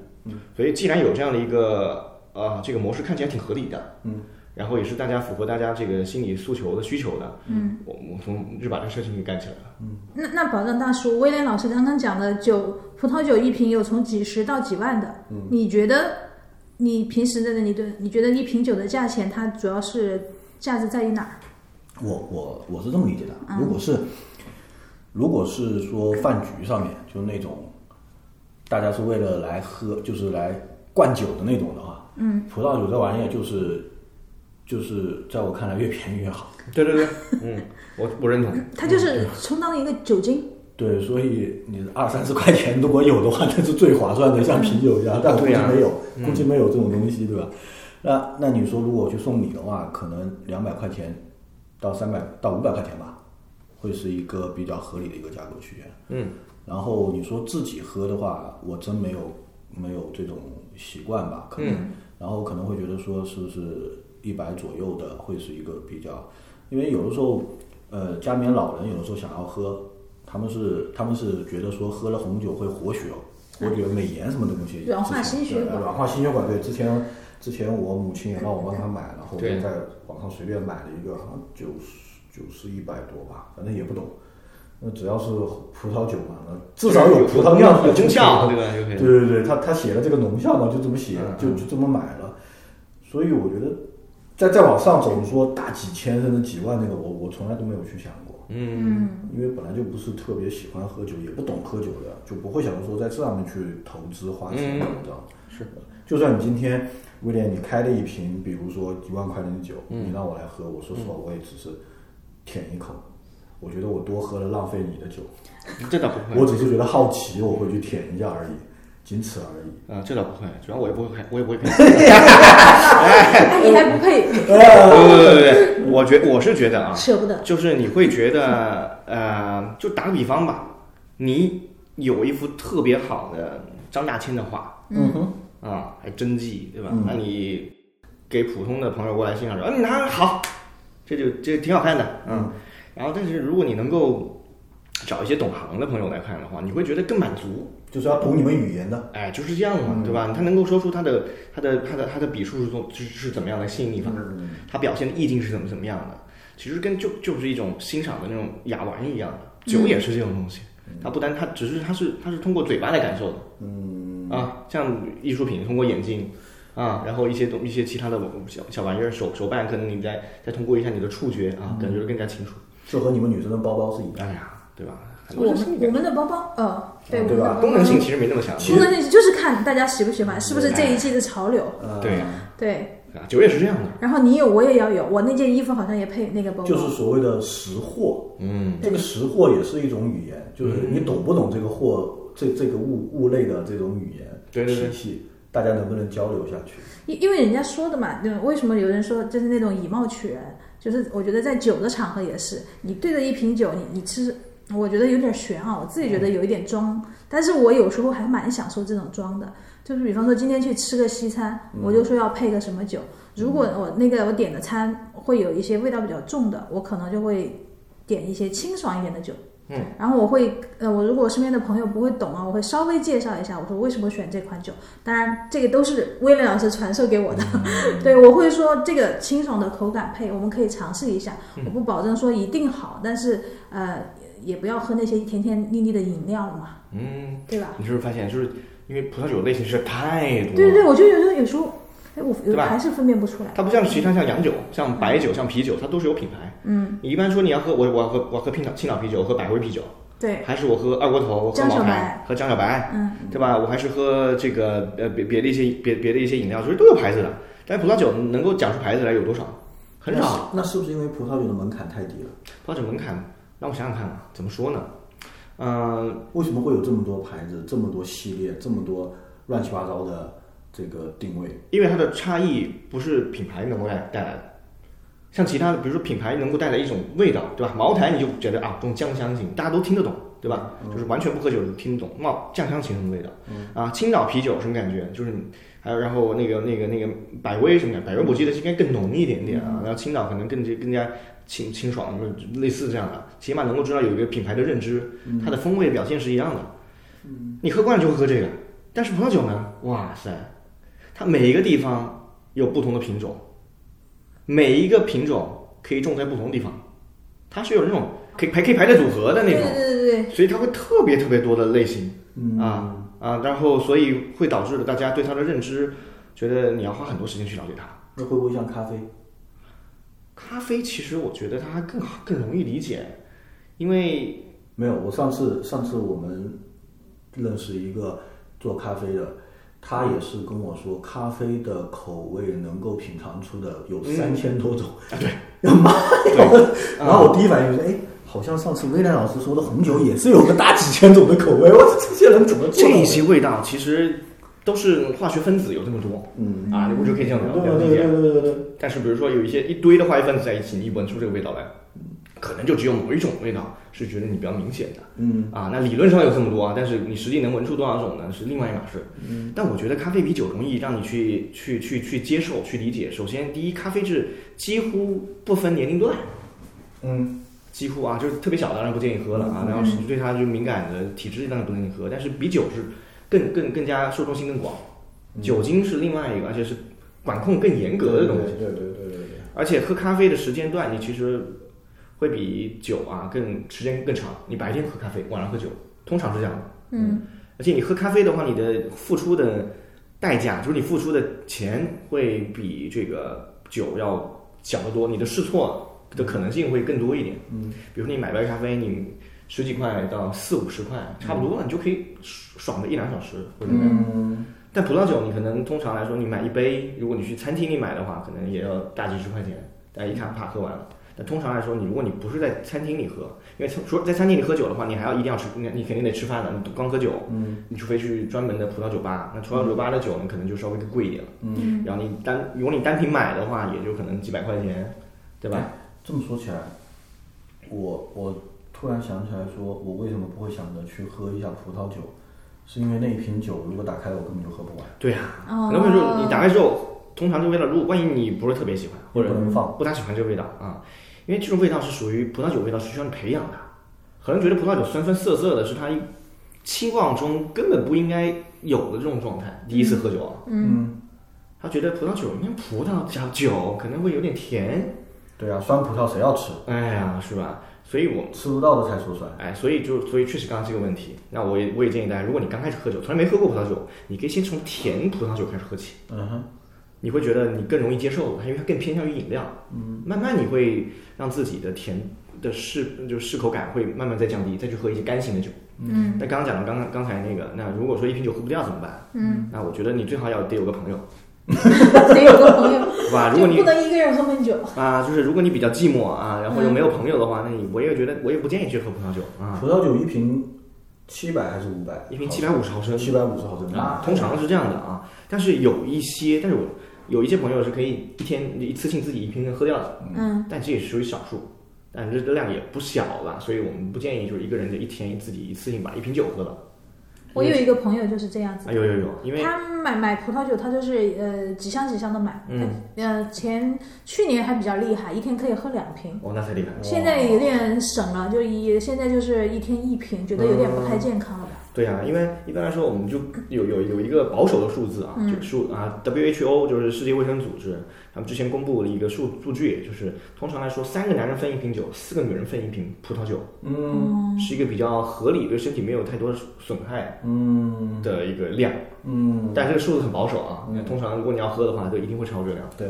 Speaker 1: 所以既然有这样的一个呃这个模式，看起来挺合理的，
Speaker 3: 嗯，
Speaker 1: 然后也是大家符合大家这个心理诉求的需求的，
Speaker 2: 嗯，
Speaker 1: 我我从就把这个事情给干起来了。
Speaker 2: 那那保证大叔，威廉老师刚刚讲的酒葡萄酒一瓶有从几十到几万的，你觉得你平时的你对你觉得一瓶酒的价钱，它主要是价值在于哪儿？
Speaker 3: 我我我是这么理解的，啊如果是如果是说饭局上面，就是那种大家是为了来喝，就是来灌酒的那种的话，嗯，葡萄酒这玩意儿就是就是在我看来越便宜越好。
Speaker 1: 对对对，嗯，我我认同。
Speaker 2: 它就是充当了一个酒精，
Speaker 3: 对，所以你二三十块钱如果有的话，那是最划算的，像啤酒一样。但我
Speaker 1: 嗯啊
Speaker 3: 估
Speaker 1: 对
Speaker 3: 计
Speaker 1: 呀嗯
Speaker 3: 没有，估计没有这种东西，对吧？那那你说，如果我去送礼的话，可能两百块钱到三百到五百块钱吧，会是一个比较合理的一个价格区间。
Speaker 1: 嗯，
Speaker 3: 然后你说自己喝的话，我真没有没有这种习惯吧，可能，然后可能会觉得说是不是一百左右的会是一个比较，因为有的时候，呃，家里面老人有的时候想要喝，他们是他们是觉得说喝了红酒会活血、哦活血美颜什么的东西，
Speaker 2: 软化心血管
Speaker 3: 之前对软化心血管对，之前之前我母亲也让我帮她买，然后我就
Speaker 1: 对
Speaker 3: 在网上随便买了一个，好像九十九十一百多吧，反正也不懂。那只要是葡萄酒嘛，那至少有葡萄酿
Speaker 1: 有中效，
Speaker 3: 对
Speaker 1: 对吧？就可以。
Speaker 3: 对对，他他写了这个农效嘛，就这么写，
Speaker 1: 嗯
Speaker 3: 就就这么买了。所以我觉得，再再往上走，你说大几千甚至几万那个，我我从来都没有去想过，
Speaker 1: 嗯，
Speaker 3: 因为本来就不是特别喜欢喝酒，也不懂喝酒的，就不会想着说在这上面去投资花钱，
Speaker 1: 嗯
Speaker 3: 你知道吗？是，就算你今天威廉你开了一瓶，比如说一万块钱的酒，
Speaker 1: 嗯
Speaker 3: 你让我来喝，我说实话，我也只是舔一口，我觉得我多喝了浪费你的酒。
Speaker 1: 这倒不会
Speaker 3: 我只是觉得好奇，我会去舔一下而已，仅此而已。
Speaker 1: 啊，这倒不会，主要我也不会开，我也不会
Speaker 3: [LAUGHS]
Speaker 1: 开。
Speaker 2: 哎，你还不配，
Speaker 1: 不不不不
Speaker 3: [LAUGHS]
Speaker 1: 不，我觉我是觉得啊，
Speaker 2: 舍不得。
Speaker 1: 就是你会觉得，呃，就打个比方吧，你有一幅特别好的张大千的画
Speaker 3: 嗯哼，
Speaker 1: 啊，还真迹，对吧
Speaker 3: 嗯？
Speaker 1: 那你给普通的朋友过来欣赏说，啊，你拿好，这就这挺好看的，嗯。然后，但是如果你能够找一些懂行的朋友来看的话，你会觉得更满足。
Speaker 3: 就是要懂你们语言的。
Speaker 1: 哎，就是这样嘛，对吧？他能够说出他的他的他的他的笔触是从是是怎么样的吸引力法，他表现的意境是怎么怎么样的，其实跟就就是一种欣赏的那种雅玩一样的，酒也是这种东西，它不单它只是它是它是通过嘴巴来感受的，嗯啊，像艺术品通过眼睛。啊，然后一些东一些其他的小小玩意儿，手手办，可能你再再通过一下你的触觉啊，感觉更加清楚。
Speaker 3: 就和你们女生的包包是一样。
Speaker 1: 哎呀，对吧？很多
Speaker 2: 我
Speaker 1: 人心
Speaker 2: 们
Speaker 1: 里
Speaker 2: 我
Speaker 1: 面
Speaker 2: 们的包包，呃，对，我
Speaker 3: 对
Speaker 2: 们的
Speaker 3: 吧
Speaker 2: 包包
Speaker 1: 功能性其实没那么强，
Speaker 2: 功能性就是看大家喜不喜欢，是不是这一季的潮流？
Speaker 3: 呃
Speaker 1: 对
Speaker 2: 对，
Speaker 1: 啊，酒也是这样的。
Speaker 2: 然后你有，我也要有，我那件衣服好像也配那个包包。
Speaker 3: 就是所谓的识货。
Speaker 1: 嗯，
Speaker 3: 这个识货也是一种语言，就是你懂不懂这个货，这这个物物类的这种语言
Speaker 1: 对对对
Speaker 3: 体系，大家能不能交流下去？
Speaker 2: 因因为人家说的嘛，就为什么有人说就是那种以貌取人，就是我觉得在酒的场合也是，你对着一瓶酒，你你其实我觉得有点悬啊，我自己觉得有一点装，但是我有时候还蛮享受这种装的，就是比方说今天去吃个西餐，我就说要配个什么酒，如果我那个我点的餐会有一些味道比较重的，我可能就会点一些清爽一点的酒。
Speaker 1: 嗯，
Speaker 2: 然后我会，呃，我如果身边的朋友不会懂啊，我会稍微介绍一下，我说为什么选这款酒。当然，这个都是威廉老师传授给我的。
Speaker 1: 嗯
Speaker 2: [LAUGHS] 对，我会说这个清爽的口感配，我们可以尝试一下。
Speaker 1: 嗯
Speaker 2: 我不保证说一定好，但是呃，也不要喝那些甜甜腻腻的饮料了嘛，
Speaker 1: 嗯，
Speaker 2: 对吧？
Speaker 1: 你是不是发现，就是因为葡萄酒类型实在太多了。
Speaker 2: 对对对，我就觉得有时候，哎，我
Speaker 1: 对
Speaker 2: 有
Speaker 1: 吧
Speaker 2: 还是分辨不出来。
Speaker 1: 它不像其他像洋酒、像白酒、像啤酒，它都是有品牌。
Speaker 2: 嗯，
Speaker 1: 你一般说你要喝我我要喝我要喝青岛青岛啤酒，喝百威啤酒，
Speaker 2: 对，
Speaker 1: 还是我喝二锅头、我喝
Speaker 2: 江小
Speaker 1: 茅台
Speaker 2: 白、
Speaker 1: 喝江小白，
Speaker 2: 嗯，
Speaker 1: 对吧？我还是喝这个呃别别的一些别别的一些饮料，就是都有牌子的。但葡萄酒能够讲出牌子来有多少？很少。
Speaker 3: 那是不是因为葡萄酒的门槛太低了？
Speaker 1: 葡萄酒门槛，让我想想看啊，怎么说呢？嗯、
Speaker 3: 为什么会有这么多牌子、这么多系列、这么多乱七八糟的这个定位？
Speaker 1: 因为它的差异不是品牌能够带带来的，像其他的，比如说品牌能够带来一种味道，对吧？茅台你就觉得啊，这种酱香型大家都听得懂，对吧？就是完全不喝酒的听得懂，冒酱香型什么味道、啊？青岛啤酒什么感觉？就是你还有然后那个那个那个百威什么感觉？百威我记得应该更浓一点点啊，然后青岛可能更更加清清爽，类似这样的，起码能够知道有一个品牌的认知，它的风味表现是一样的。你喝惯了就会喝这个，但是葡萄酒呢？哇塞，它每一个地方有不同的品种，每一个品种可以种在不同的地方，它是有那种可以排可以排列组合的那
Speaker 2: 对
Speaker 1: 种
Speaker 2: 对，对对，
Speaker 1: 所以它会特别特别多的类型
Speaker 3: 嗯
Speaker 1: 啊啊，然后所以会导致了大家对它的认知，觉得你要花很多时间去了解它。
Speaker 3: 那会不会像咖啡？
Speaker 1: 咖啡其实我觉得它更好更容易理解，因为
Speaker 3: 没有，我上次上次我们认识一个做咖啡的，他也是跟我说，咖啡的口味能够品尝出的有三千多种。对，妈呀！然后我第一反应就是，哎，好像上次威廉老师说的红酒也是有个大几千种的口味，我说这些人怎么做到的
Speaker 1: 这些味道其实都是化学分子有这么多，
Speaker 3: 嗯，
Speaker 1: 啊，你不就可以这样
Speaker 3: 对
Speaker 1: 聊聊
Speaker 3: 对
Speaker 1: 理
Speaker 3: 对
Speaker 1: 解？
Speaker 3: 对对对对。
Speaker 1: 但是比如说有一些一堆的化学分子在一起，你闻出这个味道来，可能就只有某一种味道是觉得你比较明显的。
Speaker 3: 嗯
Speaker 1: 啊，那理论上有这么多啊，但是你实际能闻出多少种呢，是另外一码事。嗯，但我觉得咖啡比酒容易让你去去去去接受、去理解。首先，第一，咖啡是几乎不分年龄段，
Speaker 3: 嗯
Speaker 1: 几乎啊，就是特别小当然不建议喝了啊，然后是对它就敏感的体质当然不建议喝，但是比酒是更更更加受众性更广，
Speaker 3: 嗯
Speaker 1: 酒精是另外一个，而且是管控更严格的东西。
Speaker 3: 对对对对对对。
Speaker 1: 而且喝咖啡的时间段，你其实会比酒啊更时间更长。你白天喝咖啡，晚上喝酒，通常是这样的。
Speaker 2: 嗯，
Speaker 1: 而且你喝咖啡的话，你的付出的代价，就是你付出的钱会比这个酒要小得多，你的试错的可能性会更多一点。嗯，比如说你买杯咖啡，你十几块到四五十块，差不多了，你就可以爽个一两小时或者怎么样。
Speaker 3: 嗯，
Speaker 1: 但葡萄酒，你可能通常来说，你买一杯，如果你去餐厅里买的话，可能也要大几十块钱，大家一看啪喝完了。但通常来说，你如果你不是在餐厅里喝，因为说在餐厅里喝酒的话，你还要一定要吃，你你肯定得吃饭的，你光喝酒，嗯，你除非去专门的葡萄酒吧，那葡萄酒吧的酒呢，可能就稍微更贵一点了，嗯，然后你单如果你单品买的话，也就可能几百块钱，对吧？
Speaker 3: 这么说起来，我我突然想起来说，我为什么不会想着去喝一下葡萄酒，是因为那一瓶酒如果打开了，我根本就喝不完，
Speaker 1: 对呀、
Speaker 2: 哦
Speaker 1: 很多朋友说你打开之后，通常这个味道，如果万一你不是特别喜欢，或
Speaker 3: 也
Speaker 1: 者
Speaker 3: 不能放。
Speaker 1: 不大喜欢这个味道啊，因为这种味道是属于葡萄酒味道，是需要你培养的。很多人觉得葡萄酒酸酸涩涩的，是他一期望中根本不应该有的这种状态。第一次喝酒啊，
Speaker 3: 嗯，
Speaker 1: 他觉得葡萄酒，你看葡萄加酒可能会有点甜，
Speaker 3: 对啊，酸葡萄谁要吃？
Speaker 1: 哎呀，是吧？所以我，
Speaker 3: 吃不到的才说酸。
Speaker 1: 哎，所以就所以确实刚刚这个问题，那我也我也建议大家，如果你刚开始喝酒，从来没喝过葡萄酒，你可以先从甜葡萄酒开始喝起。
Speaker 3: 嗯哼，
Speaker 1: 你会觉得你更容易接受它，因为它更偏向于饮料。嗯，慢慢你会让自己的甜的适就是适口感会慢慢再降低，再去喝一些干型的酒。
Speaker 2: 嗯，
Speaker 1: 那刚刚讲到刚刚刚才那个，那如果说一瓶酒喝不掉怎么办？
Speaker 2: 嗯，
Speaker 1: 那我觉得你最好要得有个朋友，
Speaker 2: 得有个朋友，
Speaker 1: 是 [LAUGHS] 吧？如
Speaker 2: 就
Speaker 1: 果你
Speaker 2: 啊不能一个人喝闷酒。
Speaker 1: 啊，就是如果你比较寂寞啊，然后又没有朋友的话，那你我也觉得我也不建议去喝葡萄酒啊，
Speaker 3: 葡萄酒一瓶七百还是五百？
Speaker 1: 一瓶七百五十毫升
Speaker 3: 七百五十毫升
Speaker 1: 啊，通常是这样的啊。但是有一些，但是我有一些朋友是可以一天一次性自己一瓶喝掉的。
Speaker 2: 嗯，
Speaker 1: 但这也属于少数，但这量也不小了，所以我们不建议就是一个人就一天自己一次性把一瓶酒喝了。
Speaker 2: 我有一个朋友就是这样子
Speaker 1: 啊，，有有有，因为
Speaker 2: 他买买葡萄酒，他就是呃几箱几箱的买，
Speaker 1: 嗯
Speaker 2: 他呃前去年还比较厉害，一天可以喝两瓶，
Speaker 1: 哦，那才厉害。
Speaker 2: 现在有点省了，就一现在就是一天一瓶，觉得有点不太健康了吧？
Speaker 1: 对啊，因为一般来说我们就有有有一个保守的数字
Speaker 2: 嗯
Speaker 1: 啊，就数啊，WHO 就是世界卫生组织，他们之前公布了一个数数据，就是通常来说三个男人分一瓶酒，四个女人分一瓶葡萄酒，
Speaker 3: 嗯
Speaker 1: 是一个比较合理，对身体没有太多损害
Speaker 3: 嗯
Speaker 1: 的一个量，
Speaker 3: 嗯，
Speaker 1: 但是这个数字很保守啊。
Speaker 3: 嗯
Speaker 1: 通常如果你要喝的话，就一定会超这个量。
Speaker 3: 对，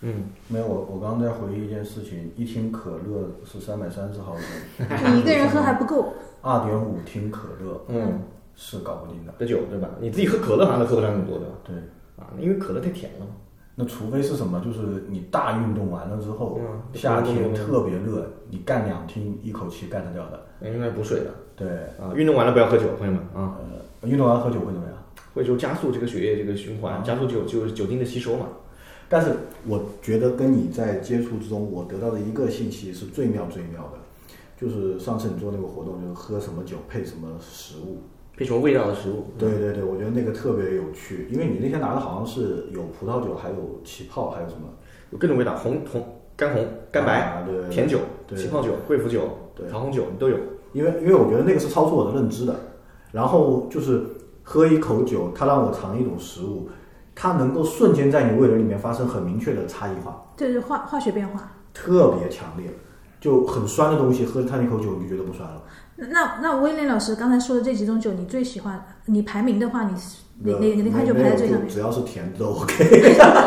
Speaker 1: 嗯，
Speaker 3: 没有我我刚刚在回忆一件事情，一听可乐是三百三十毫升，
Speaker 2: 你一个人喝还不够，
Speaker 3: 二点五听可乐
Speaker 1: 嗯，
Speaker 3: 是搞不定的，
Speaker 1: 的酒对吧？你自己喝可乐好像都喝不了那么多对吧？
Speaker 3: 对。
Speaker 1: 啊，因为可乐太甜了嘛。
Speaker 3: 那除非是什么，就是你大运动完了之后，
Speaker 1: 嗯
Speaker 3: 夏天特别热，你干两听一口气干得掉的。
Speaker 1: 应该补水的
Speaker 3: 对，
Speaker 1: 啊。运动完了不要喝酒，朋友们啊，
Speaker 3: 呃，运动完喝酒会怎么样？
Speaker 1: 会就加速这个血液这个循环，加速酒就是酒精的吸收嘛。
Speaker 3: 但是我觉得跟你在接触之中，我得到的一个信息是最妙最妙的，就是上次你做那个活动，就是喝什么酒配什么食物。
Speaker 1: 配什么味道的食物？嗯
Speaker 3: 对对对，我觉得那个特别有趣，因为你那天拿的好像是有葡萄酒，还有起泡，还有什么？
Speaker 1: 有各种味道，红红、干红、干白、
Speaker 3: 啊、对对对
Speaker 1: 甜酒、
Speaker 3: 对
Speaker 1: 气泡酒、贵腐酒、
Speaker 3: 对
Speaker 1: 桃红酒都
Speaker 3: [LAUGHS]
Speaker 1: 有。
Speaker 3: 因为因为我觉得那个是超出我的认知的。然后就是喝一口酒，它让我尝一种食物，它能够瞬间在你味蕾里面发生很明确的差异化，
Speaker 2: 就是化化学变化。
Speaker 3: 特别强烈。就很酸的东西，喝它那口酒你就觉得不酸了。
Speaker 2: 那那那威廉老师刚才说的这几种酒，你最喜欢？你排名的话，你是哪哪哪款酒
Speaker 3: 没
Speaker 2: 排在
Speaker 3: 有
Speaker 2: 最
Speaker 3: 就
Speaker 2: 上面？
Speaker 3: 只要是甜的都 OK，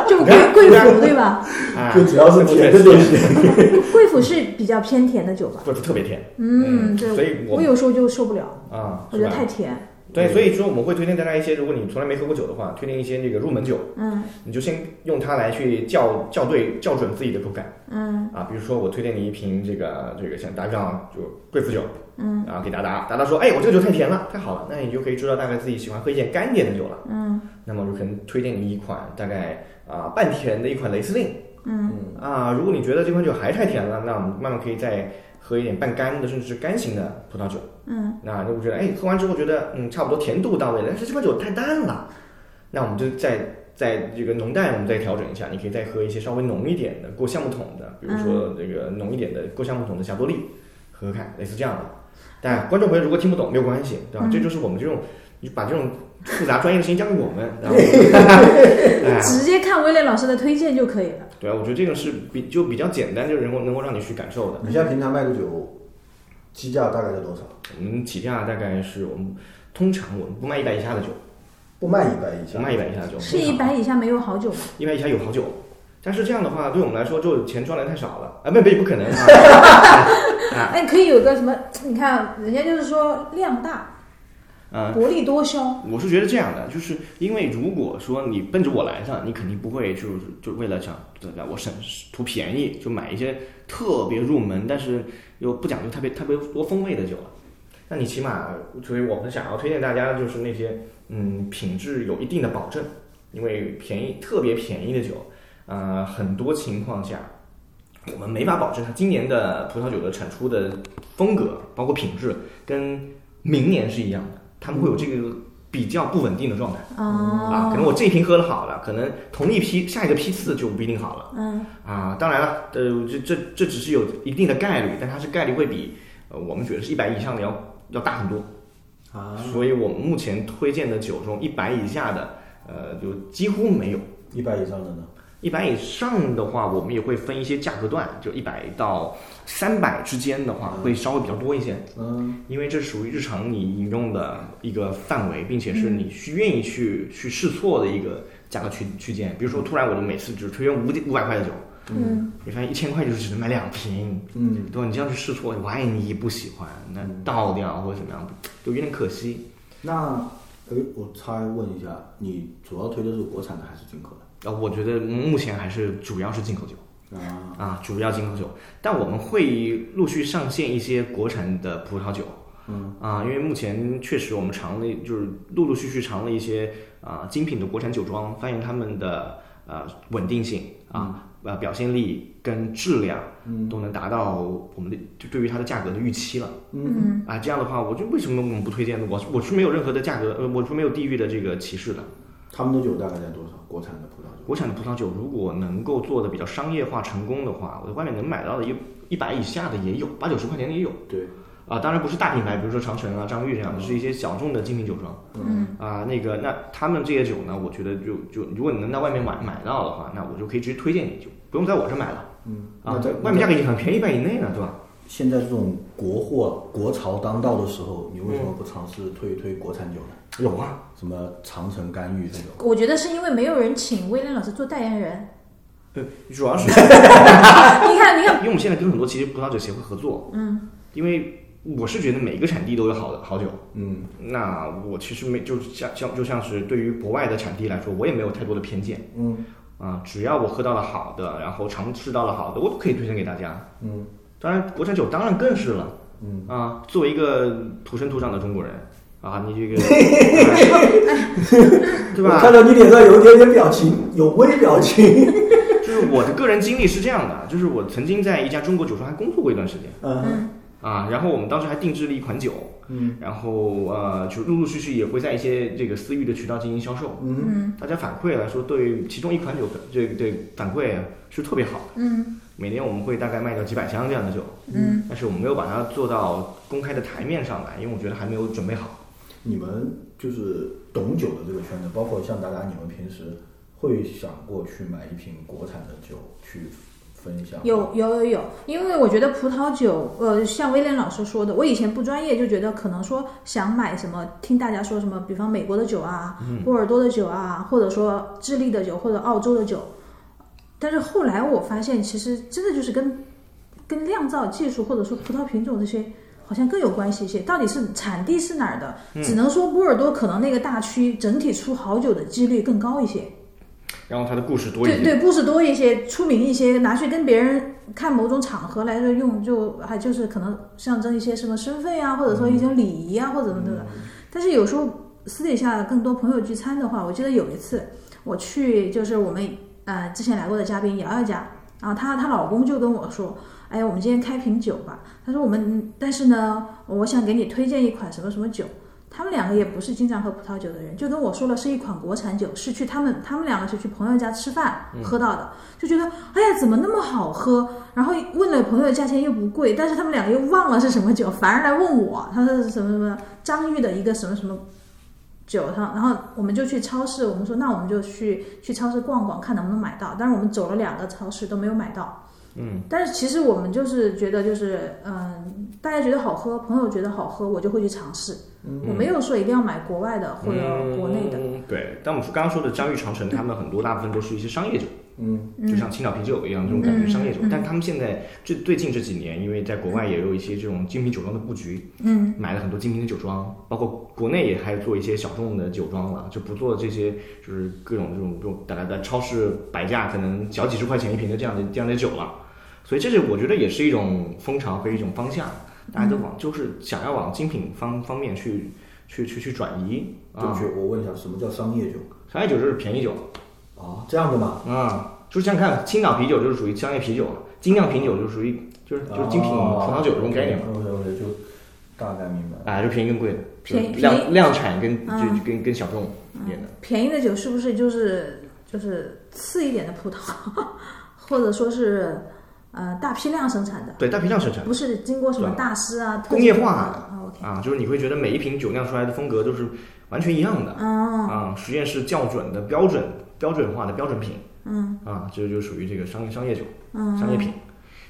Speaker 2: 就贵贵腐对吧？
Speaker 1: 啊，
Speaker 3: 就只要是甜的就行。
Speaker 2: 贵腐是比较偏甜的酒吧？
Speaker 1: 不是特别甜
Speaker 2: 嗯，
Speaker 1: 嗯所
Speaker 2: 对
Speaker 1: 以，我
Speaker 2: 我有时候就受不了，
Speaker 1: 啊，
Speaker 2: 我
Speaker 1: 是
Speaker 2: 觉得
Speaker 1: 吧？
Speaker 2: 太甜。
Speaker 1: 对，所以说我们会推荐大家一些，如果你从来没喝过酒的话，推荐一些这个入门酒，
Speaker 2: 嗯
Speaker 1: 你就先用它来去校校对校准自己的口感
Speaker 2: 嗯
Speaker 1: 啊。比如说我推荐你一瓶这个这个像达杠就贵腐酒，
Speaker 2: 嗯
Speaker 1: 然后给达达，达达说，哎，我这个酒太甜了，太好了，那你就可以知道大概自己喜欢喝一点干一点的酒了。
Speaker 2: 嗯
Speaker 1: 那么我就可能推荐你一款大概啊、半甜的一款雷司令
Speaker 2: 嗯
Speaker 1: 啊。如果你觉得这款酒还太甜了，那我们慢慢可以再喝一点半干的，甚至是干型的葡萄酒。
Speaker 2: 嗯，
Speaker 1: 那如果觉得哎喝完之后觉得嗯差不多甜度到位了，但是这款酒太淡了，那我们就再在这个浓淡我们再调整一下，你可以再喝一些稍微浓一点的过橡木桶的，比如说
Speaker 2: 嗯
Speaker 1: 这个浓一点的过橡木桶的霞多丽，喝喝看，类似这样的。但观众朋友如果听不懂没有关系，
Speaker 2: 嗯
Speaker 1: 对吧？这就是我们这种，你把这种复杂专业的事情交给我们，然
Speaker 2: [LAUGHS]
Speaker 1: 后，哎，
Speaker 2: 直接看威廉老师的推荐就可以了。
Speaker 1: 对啊，我觉得这个是比就比较简单，就是能够能够让你去感受的。
Speaker 3: 你现在平常卖的酒，基价大概在多少？
Speaker 1: 我们起价大概是我们通常我们不卖一百以下的酒，
Speaker 3: 不卖一百以
Speaker 1: 不
Speaker 3: 下，
Speaker 1: 卖一百以下的酒，
Speaker 2: 是
Speaker 1: 通常
Speaker 2: 一百以下没有好酒吗？
Speaker 1: 一百以下有好酒，但是这样的话，对我们来说就钱赚的太少了啊！没没不可能啊！
Speaker 2: 哎，可以有个什么？你看，人家就是说量大，
Speaker 1: 嗯、
Speaker 2: 薄利多销。
Speaker 1: 我是觉得这样的，就是因为如果说你奔着我来的，你肯定不会就是就为了想对吧？我省图便宜就买一些特别入门，但是又不讲究特别特别多风味的酒了。那你起码，所以我们想要推荐大家就是那些嗯品质有一定的保证，因为便宜特别便宜的酒，呃，很多情况下我们没法保证它今年的葡萄酒的产出的风格，包括品质跟明年是一样的，他们会有这个比较不稳定的状态、啊。可
Speaker 2: 哦，
Speaker 1: 能我这一瓶喝了好了，可能同一批下一个批次就不一定好了
Speaker 2: 嗯
Speaker 1: 啊。当然了，呃，这这这只是有一定的概率，但它是概率会比呃我们觉得是一百以上的要要大很多。
Speaker 2: 哦
Speaker 3: 啊，
Speaker 1: 所以我们目前推荐的酒中，一百以下的呃就几乎没有。
Speaker 3: 一百以上的呢？
Speaker 1: 一百以上的话，我们也会分一些价格段，就一百到三百之间的话，
Speaker 2: 嗯
Speaker 1: 会稍微比较多一些。
Speaker 3: 嗯，
Speaker 1: 因为这属于日常你饮用的一个范围，并且是你去愿意去去试错的一个价格区区间。比如说，突然我就每次只推荐五五百块的酒，
Speaker 2: 嗯，
Speaker 1: 你发现一千块就是只能买两瓶，
Speaker 3: 嗯，
Speaker 1: 对吧？你这样去试错，万一你不喜欢，那倒掉或者怎么样，就有点可惜。
Speaker 3: 那，哎，我插问一下，你主要推的是国产的还是进口
Speaker 1: 啊，我觉得目前还是主要是进口酒
Speaker 3: 的？啊，
Speaker 1: 啊，主要进口酒，但我们会陆续上线一些国产的葡萄酒。
Speaker 3: 嗯，
Speaker 1: 啊，因为目前确实我们尝了，就是陆陆续续尝了一些啊、精品的国产酒庄，发现他们的呃稳定性啊、呃表现力跟质量，都能达到我们的就对于它的价格的预期了。
Speaker 2: 嗯
Speaker 1: 啊，这样的话，我就为什么我们不推荐呢？我我是没有任何的价格，呃，我是没有地域的这个歧视的。
Speaker 3: 他们的酒大概在多少？国产的葡萄酒？
Speaker 1: 国产的葡萄酒如果能够做的比较商业化成功的话，我在外面能买到的一一百以下的也有，八九十块钱的也有。
Speaker 3: 对，
Speaker 1: 啊，当然不是大品牌，比如说长城啊、张裕这样的，是一些小众的精品酒庄。
Speaker 2: 嗯
Speaker 1: 啊，那个，那他们这些酒呢，我觉得就就如果你能在外面买买到的话，那我就可以直接推荐你，就不用在我这买了。
Speaker 3: 嗯，
Speaker 1: 啊，
Speaker 3: 那在
Speaker 1: 外面价格已经很便宜，一百以内了，对吧？
Speaker 3: 现在这种国货国潮当道的时候，你为什么不尝试推一推国产酒呢？
Speaker 1: 有啊，
Speaker 3: 什么长城干邑这种，
Speaker 2: 我觉得是因为没有人请威廉老师做代言 [LAUGHS] 人。
Speaker 1: 呃，主要是
Speaker 2: 你看，你看，
Speaker 1: 因为我们现在跟很多其实葡萄酒协会合作，嗯，因为我是觉得每个产地都有好的好酒，
Speaker 3: 嗯，
Speaker 1: 那我其实没就像像就像是对于国外的产地来说，我也没有太多的偏见，
Speaker 3: 嗯
Speaker 1: 啊，只要我喝到了好的，然后尝试到了好的，我都可以推荐给大家。
Speaker 3: 嗯
Speaker 1: 当然，国产酒当然更是了
Speaker 3: 嗯，
Speaker 1: 啊。作为一个土生土长的中国人啊，你
Speaker 3: [LAUGHS]
Speaker 1: 这个对
Speaker 3: 我
Speaker 1: 吧？
Speaker 3: 看到你脸上有一点点表情，有微表情， [LAUGHS]
Speaker 1: 就是我的个人经历是这样的，就是我曾经在一家中国酒庄还工作过一段时间
Speaker 3: 嗯
Speaker 2: 嗯，
Speaker 1: 啊，然后我们当时还定制了一款酒，
Speaker 3: 嗯
Speaker 1: 然后呃，就陆陆续续也会在一些这个私域的渠道进行销售。
Speaker 3: 嗯
Speaker 2: 嗯
Speaker 1: 大家反馈来说，对其中一款酒，这个这个反馈是特别好的。
Speaker 2: 嗯
Speaker 1: 每年我们会大概卖掉几百箱这样的酒，
Speaker 2: 嗯，
Speaker 1: 但是我们没有把它做到公开的台面上来，因为我觉得还没有准备好。
Speaker 3: 你们就是懂酒的这个圈子，包括像达达，你们平时会想过去买一瓶国产的酒去分享？
Speaker 2: 有，有有有，因为我觉得葡萄酒，呃，像威廉老师说的，我以前不专业就觉得可能说想买什么，听大家说什么，比方美国的酒啊，波尔多的酒啊，或者说智利的酒或者澳洲的酒，但是后来我发现，其实真的就是跟跟酿造技术或者说葡萄品种这些。好像更有关系一些，到底是产地是哪儿的？只能说波尔多可能那个大区整体出好酒的几率更高一些。
Speaker 1: 然后它的故事多一
Speaker 2: 对
Speaker 1: 些，
Speaker 2: 对，故事多一些，出名一些，拿去跟别人看某种场合来说用，就还就是可能象征一些什么身份啊，或者说一种礼仪啊，或者怎么怎么的。但是有时
Speaker 1: 嗯
Speaker 2: 候私底下更多朋友聚餐的话，我记得有一次我去，就是我们呃之前来过的嘉宾瑶瑶家，然后她她啊老公就跟我说。哎，我们今天开瓶酒吧。她说我们，但是呢，我想给你推荐一款什么什么酒。他们两个也不是经常喝葡萄酒的人，就跟我说了是一款国产酒，是去他们他们两个是去朋友家吃饭、喝到的，就觉得哎呀怎么那么好喝，然后问了朋友价钱又不贵，但是他们两个又忘了是什么酒，反而来问我，他说是什么什么张裕的一个什么什么酒，他然后我们就去超市，我们说那我们就去去超市逛逛，看能不能买到，但是我们走了两个超市都没有买到。
Speaker 1: 嗯，
Speaker 2: 但是其实我们就是觉得，就是嗯、大家觉得好喝，朋友觉得好喝，我就会去尝试。我没有说一定要买国外的或者国内的。
Speaker 1: 嗯对，但我们刚刚说的张裕长城，他们很多大部分都是一些商业酒，
Speaker 3: 嗯
Speaker 1: 就像青岛啤酒一样这种感觉
Speaker 2: 嗯
Speaker 1: 商业酒。但他们现在这最近这几年，因为在国外也有一些这种精品酒庄的布局，
Speaker 2: 嗯，
Speaker 1: 买了很多精品的酒庄，包括国内也还做一些小众的酒庄了，就不做这些就是各种这种这种大家在超市摆价可能小几十块钱一瓶的这样的这样的酒了。所以这是我觉得也是一种风潮和一种方向，大家都
Speaker 2: 嗯
Speaker 1: 往就是想要往精品方方面去去去去转移
Speaker 3: 正
Speaker 1: 啊
Speaker 3: 确。。我问一下，什么叫商业酒
Speaker 1: 商业酒就是便宜酒，
Speaker 3: 啊？这样的吗？
Speaker 1: 啊，就是像看青岛啤酒就是属于商业啤酒，精酿啤酒就属于就是
Speaker 3: 哦
Speaker 1: 就是精品葡萄酒这种概念嘛，
Speaker 3: OK OK，就大概明白。
Speaker 1: 啊，就便宜跟贵的，就是
Speaker 2: 便宜
Speaker 1: 量量产跟就
Speaker 2: 嗯
Speaker 1: 就跟跟小众一点的，
Speaker 2: 便宜的酒是不是就是就是次一点的葡萄， [LAUGHS] 或者说是呃大批量生产的，
Speaker 1: 对，大批量生产
Speaker 2: 不是经过什么
Speaker 1: 对
Speaker 2: 大师啊、特
Speaker 1: 工业
Speaker 2: 级
Speaker 1: 化
Speaker 2: 啊，OK，
Speaker 1: 啊，就是你会觉得每一瓶酒酿出来的风格都是完全一样的
Speaker 2: 嗯
Speaker 1: 啊，实验室校准的标准标准化的标准品
Speaker 2: 嗯
Speaker 1: 啊，这就属于这个商业商业酒
Speaker 2: 嗯，
Speaker 1: 商业品。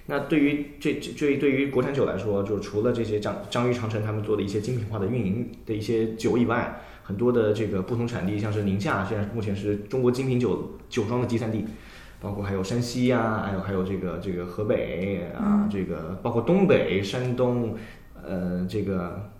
Speaker 1: 那对于这这这对于国产酒来说，就除了这些张张裕长城他们做的一些精品化的运营的一些酒以外，很多的这个不同产地，像是宁夏，现在目前是中国精品酒酒庄的集散地，包括还有山西呀、还有还有这个这个河北
Speaker 2: 嗯
Speaker 1: 啊，这个包括东北、山东，呃，这个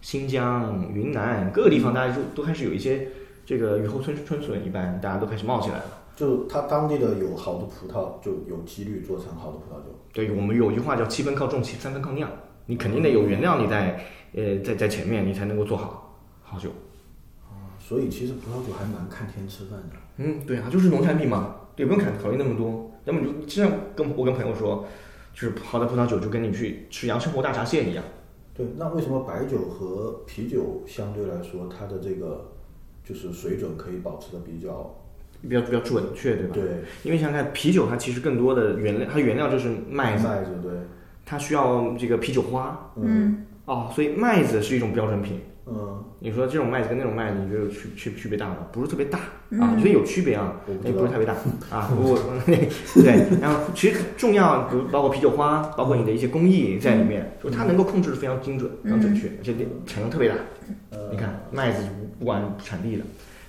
Speaker 1: 新疆、云南各个地方，大家就都开始有一些这个雨后春春笋一般，大家都开始冒起来了。
Speaker 3: 就它当地的有好的葡萄，就有几率做成好的葡萄酒。
Speaker 1: 对我们有句话叫七分靠种，七三分靠酿。你肯定得有原料，你在呃在在前面，你才能够做好好酒。
Speaker 3: 所以其实葡萄酒还蛮看天吃饭的。
Speaker 1: 嗯，对啊，就是农产品嘛，也不用考考虑那么多。要么你就就像跟我跟朋友说，就是好的葡萄酒就跟你去吃阳澄湖大闸蟹一样。
Speaker 3: 对，那为什么白酒和啤酒相对来说，它的这个就是水准可以保持的比较
Speaker 1: 比较比较准确，对吧？
Speaker 3: 对
Speaker 1: 因为想想看，啤酒它其实更多的原料，它原料就是麦子，
Speaker 3: 麦子对，
Speaker 1: 它需要这个啤酒花
Speaker 2: 嗯
Speaker 1: 哦，所以麦子是一种标准品。
Speaker 3: 嗯，
Speaker 1: 你说这种麦子跟那种麦子，你觉得有区区区别大吗？不是特别大
Speaker 2: 嗯
Speaker 1: 啊，你觉得有区别啊
Speaker 3: 我不，知
Speaker 1: 也
Speaker 3: 道
Speaker 1: 不是特别大啊。我 [LAUGHS] 对，然后其实重要，比如包括啤酒花，包括你的一些工艺在里面，就是它能够控制的非常精准、非常准确，而且产量特别大。
Speaker 3: 呃
Speaker 1: 你看麦子不管产地的，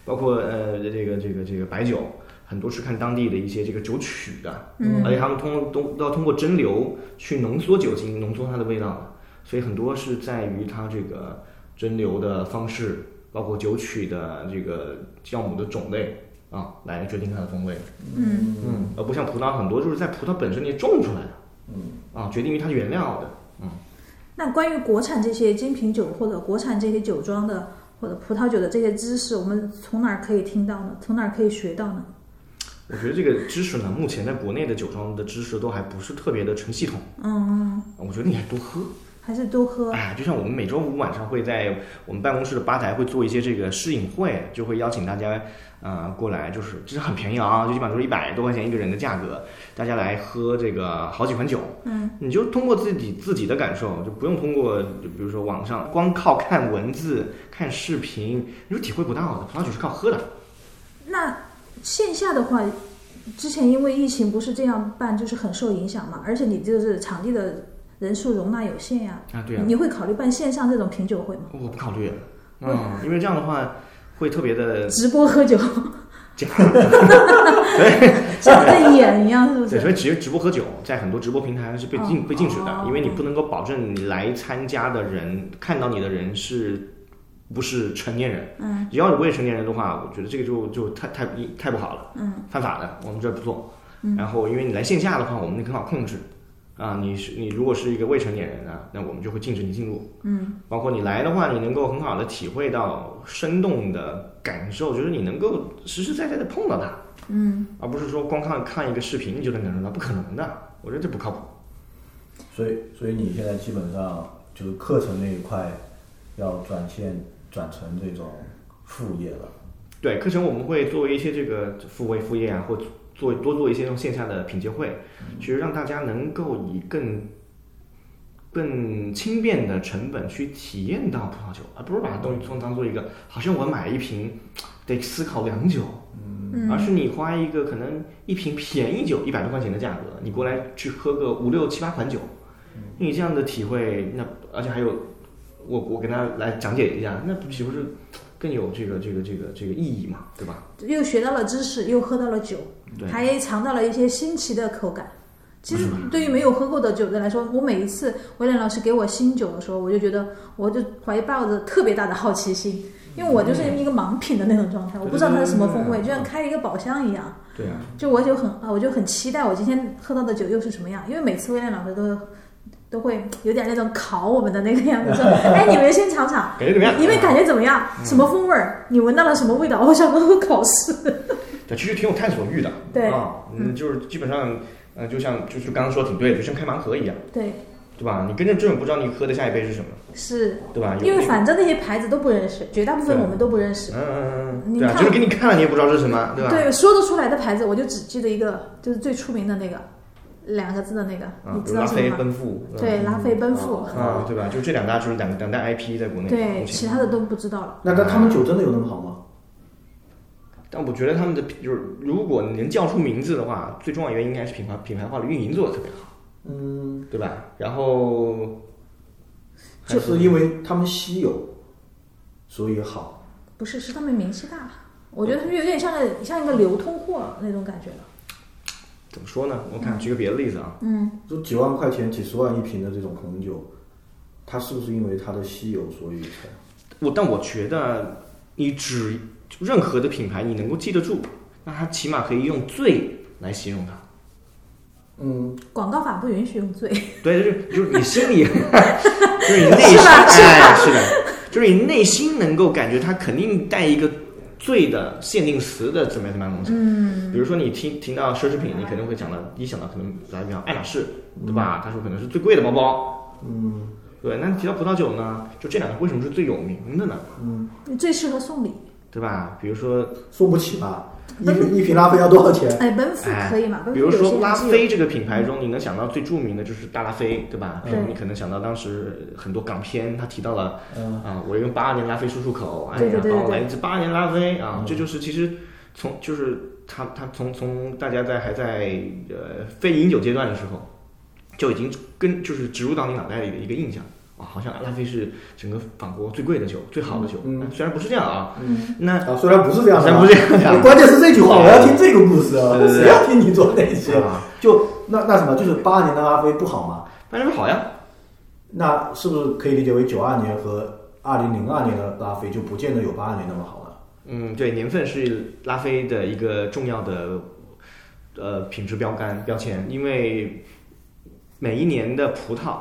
Speaker 1: 包括呃这个这个这个白酒，很多是看当地的一些这个酒曲的，
Speaker 2: 嗯
Speaker 1: 而且他们通过都都要通过蒸馏去浓缩酒精，浓缩它的味道的，所以很多是在于它这个蒸馏的方式，包括酒曲的这个酵母的种类啊，来决定它的风味。
Speaker 2: 嗯
Speaker 1: 嗯，而不像葡萄很多就是在葡萄本身你种出来的，嗯啊，决定于它原料的。嗯，
Speaker 2: 那关于国产这些精品酒或者国产这些酒庄的或者葡萄酒的这些知识，我们从哪儿可以听到呢？从哪儿可以学到呢？
Speaker 1: 我觉得这个知识呢，目前在国内的酒庄的知识都还不是特别的成系统。
Speaker 2: 嗯，
Speaker 1: 我觉得你还多喝，
Speaker 2: 还是多喝。
Speaker 1: 哎，就像我们每周五晚上会在我们办公室的吧台会做一些这个试饮会，就会邀请大家呃过来，就是这是很便宜啊，就基本上都是一百多块钱一个人的价格，大家来喝这个好几款酒，
Speaker 2: 嗯，
Speaker 1: 你就通过自己自己的感受，就不用通过就比如说网上光靠看文字、看视频，你是体会不到的，葡萄酒是靠喝的。
Speaker 2: 那线下的话，之前因为疫情不是这样办，就是很受影响嘛，而且你就是场地的人数容纳有限呀、
Speaker 1: 啊对啊
Speaker 2: 你会考虑办线上这种品酒会吗？
Speaker 1: 我不考虑，嗯，因为这样的话会特别的
Speaker 2: 直播喝酒，
Speaker 1: 假。
Speaker 2: [LAUGHS] 像在演一样，是不
Speaker 1: 对，哦
Speaker 2: 是？
Speaker 1: 所以其实直播喝酒在很多直播平台是被禁、被禁止的，因为你不能够保证你来参加的人看到你的人是不是成年人。嗯，只要你未成年人的话，我觉得这个就就太太太不好了。嗯，犯法的，我们这儿不做。然后因为你来线下的话，我们很好控制。啊，你是你如果是一个未成年人啊，那我们就会禁止你进入。嗯，包括你来的话，你能够很好的体会到生动的感受，就是你能够实实在在的碰到它。而不是说光看看一个视频你就能感受到，不可能的，我觉得这不靠谱。
Speaker 3: 所以所以你现在基本上就是课程那一块要转线转成这种副业了。
Speaker 1: 对，课程我们会作为一些这个副为副业啊，或做多做一些这种线下的品鉴会，其实让大家能够以更更轻便的成本去体验到葡萄酒，而不是把东西充当做一个好像我买一瓶得思考良久，
Speaker 2: 嗯
Speaker 1: 而是你花一个可能一瓶便宜酒一百多块钱的价格，你过来去喝个五六七八款酒，你这样的体会，那而且还有我我跟大家来讲解一下，那不岂不是更有这个这个这个这个意义嘛，对吧？
Speaker 2: 又学到了知识，又喝到了酒，
Speaker 1: 对嗯
Speaker 2: 还尝到了一些新奇的口感。其实对于没有喝过的酒的来说，我每一次威廉老师给我新酒的时候，我就觉得我就怀抱着特别大的好奇心，因为我就是一个盲品的那种
Speaker 1: 嗯
Speaker 2: 状态，我不知道它是什么风味，
Speaker 1: 对对对对
Speaker 2: 就像开了一个宝箱一样。
Speaker 1: 对啊，
Speaker 2: 就我就很啊，我就很期待我今天喝到的酒又是什么样，因为每次威廉老师都都会有点那种考我们的那个样子，
Speaker 1: [LAUGHS]
Speaker 2: 说哎，你们先尝尝，
Speaker 1: 感觉怎么样啊嗯
Speaker 2: 你们感觉怎么样？什么风味儿？你闻到了什么味道？我想喝喝考试。
Speaker 1: 对，其实挺有探索欲的，
Speaker 2: 对
Speaker 1: 啊，嗯，就是基本上，呃，就像就是刚刚说的挺对的，就像开盲盒一样，
Speaker 2: 对，
Speaker 1: 对吧？你跟着这种不知道你喝的下一杯是什么，
Speaker 2: 是
Speaker 1: 对吧？有
Speaker 2: 因为
Speaker 1: 那个
Speaker 2: 反正那些牌子都不认识，绝大部分
Speaker 1: 对
Speaker 2: 我们都不认识。
Speaker 1: 嗯嗯嗯嗯，
Speaker 2: 你
Speaker 1: 对啊，
Speaker 2: 看
Speaker 1: 就是给你看了你也不知道是什么，对吧？
Speaker 2: 对，说得出来的牌子，我就只记得一个，就是最出名的那个，两个字的那个，
Speaker 1: 啊
Speaker 2: 你，
Speaker 1: 比
Speaker 2: 知
Speaker 1: 如
Speaker 2: 道
Speaker 1: 拉
Speaker 2: 什
Speaker 1: 菲
Speaker 2: 么吗？
Speaker 1: 奔赴，嗯
Speaker 2: 对，拉菲奔赴，
Speaker 1: 啊，对吧？就这两大就是两两大 IP 在国内，
Speaker 2: 对，
Speaker 1: 目前
Speaker 2: 其他的都不知道了。
Speaker 3: 那但他们酒真的有那么好吗？
Speaker 1: 但我觉得他们的就是，如果你能叫出名字的话，最重要的原因应该是品牌品牌化的运营做的特别好，
Speaker 3: 嗯，
Speaker 1: 对吧？然后
Speaker 3: 还是因为他们稀有，所以好。
Speaker 2: 不是，是他们名气大，我觉得他们有点像个像一个流通货那种感觉了。
Speaker 1: 怎么说呢？我看举个别的例子啊，
Speaker 2: 嗯，
Speaker 3: 就几万块钱、几十万一瓶的这种红酒，它是不是因为它的稀有所以才？
Speaker 1: 我但我觉得你只任何的品牌你能够记得住，那它起码可以用最来形容它。
Speaker 3: 嗯，
Speaker 2: 广告法不允许用醉。
Speaker 1: 对，就是就是你心里， [LAUGHS] 就是你内心，
Speaker 2: 是吧是吧
Speaker 1: 哎，是的，就是你内心能够感觉它肯定带一个最的限定词的怎么样怎么样的东西。嗯，比如说你听听到奢侈品，你肯定会讲到第一想到可能打个比方，爱马仕，对吧？它说可能是最贵的包包。嗯，对。那提到葡萄酒呢，就这两个为什么是最有名的呢？
Speaker 2: 最适合送礼，
Speaker 1: 对吧？比如说，
Speaker 3: 送不起吧？一瓶一瓶拉菲要多少钱？
Speaker 2: 哎，奔赴可以嘛？奔
Speaker 1: 比
Speaker 2: 赴
Speaker 1: 如
Speaker 2: 有
Speaker 1: 说
Speaker 2: 些
Speaker 1: 拉
Speaker 2: 还是有
Speaker 1: 菲这个品牌中，你能想到最著名的就是大拉菲，对吧？
Speaker 2: 对
Speaker 1: 比如你可能想到当时很多港片，他提到了
Speaker 3: 嗯，
Speaker 1: 啊，我用八二年拉菲漱漱口，哎
Speaker 2: 对
Speaker 1: 呀
Speaker 2: 对，对
Speaker 1: 帮我
Speaker 2: 对
Speaker 1: 来一支八二年拉菲啊，
Speaker 3: 嗯
Speaker 1: 这就是其实从就是他他从从大家在还在呃非饮酒阶段的时候，就已经跟就是植入到你脑袋里的一个印象啊，好像拉菲是整个法国最贵的酒，最好的酒，
Speaker 3: 嗯嗯
Speaker 1: 虽然不是这样啊，
Speaker 2: 嗯
Speaker 1: 那
Speaker 3: 啊，虽然不是这样的
Speaker 1: 咱
Speaker 3: 啊，
Speaker 1: 不是这样
Speaker 3: [LAUGHS] 关键是这句话，我要听这个故事啊，
Speaker 1: 对对对
Speaker 3: 谁要听你做那些？
Speaker 1: 啊，
Speaker 3: 就那那什么，就是八二年的拉菲不好吗？
Speaker 1: 反正好呀，
Speaker 3: 那是不是可以理解为九二年和二零零二年的拉菲就不见得有八二年那么好了？
Speaker 1: 嗯，对，年份是拉菲的一个重要的呃品质标杆标签，因为每一年的葡萄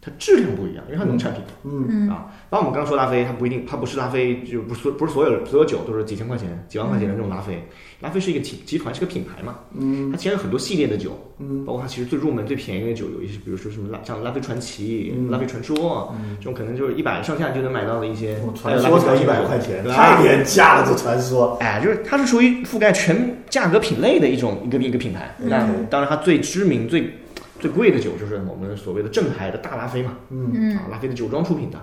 Speaker 1: 它质量不一样，因为它农产品。
Speaker 3: 嗯，
Speaker 2: 嗯
Speaker 1: 啊，那我们刚说拉菲，它不一定，它不是拉菲，就不是不是所有所有酒都是几千块钱、几万块钱的那种拉菲。拉菲是一个集集团，是个品牌嘛，嗯，它其实有很多系列的酒，嗯，包括它其实最入门、最便宜的酒，有一些，比如说什么拉像拉菲传奇、
Speaker 3: 嗯
Speaker 1: 拉菲传说，这种可能就是一百上下就能买到的一些
Speaker 3: 我，
Speaker 1: 还有
Speaker 3: 传
Speaker 1: 哎拉
Speaker 3: 说
Speaker 1: 菲
Speaker 3: 才
Speaker 1: 传
Speaker 3: 一
Speaker 1: 奇
Speaker 3: 百
Speaker 1: 酒
Speaker 3: 块钱，
Speaker 1: 对吧啊
Speaker 3: 太廉价了，这传说。
Speaker 1: 哎，就是它是属于覆盖全价格品类的一种一个一个品牌。那
Speaker 3: 嗯
Speaker 1: 当然，它最知名、最最贵的酒就是我们所谓的正牌的大拉菲嘛，
Speaker 2: 嗯
Speaker 1: 啊，拉菲的酒庄出品的，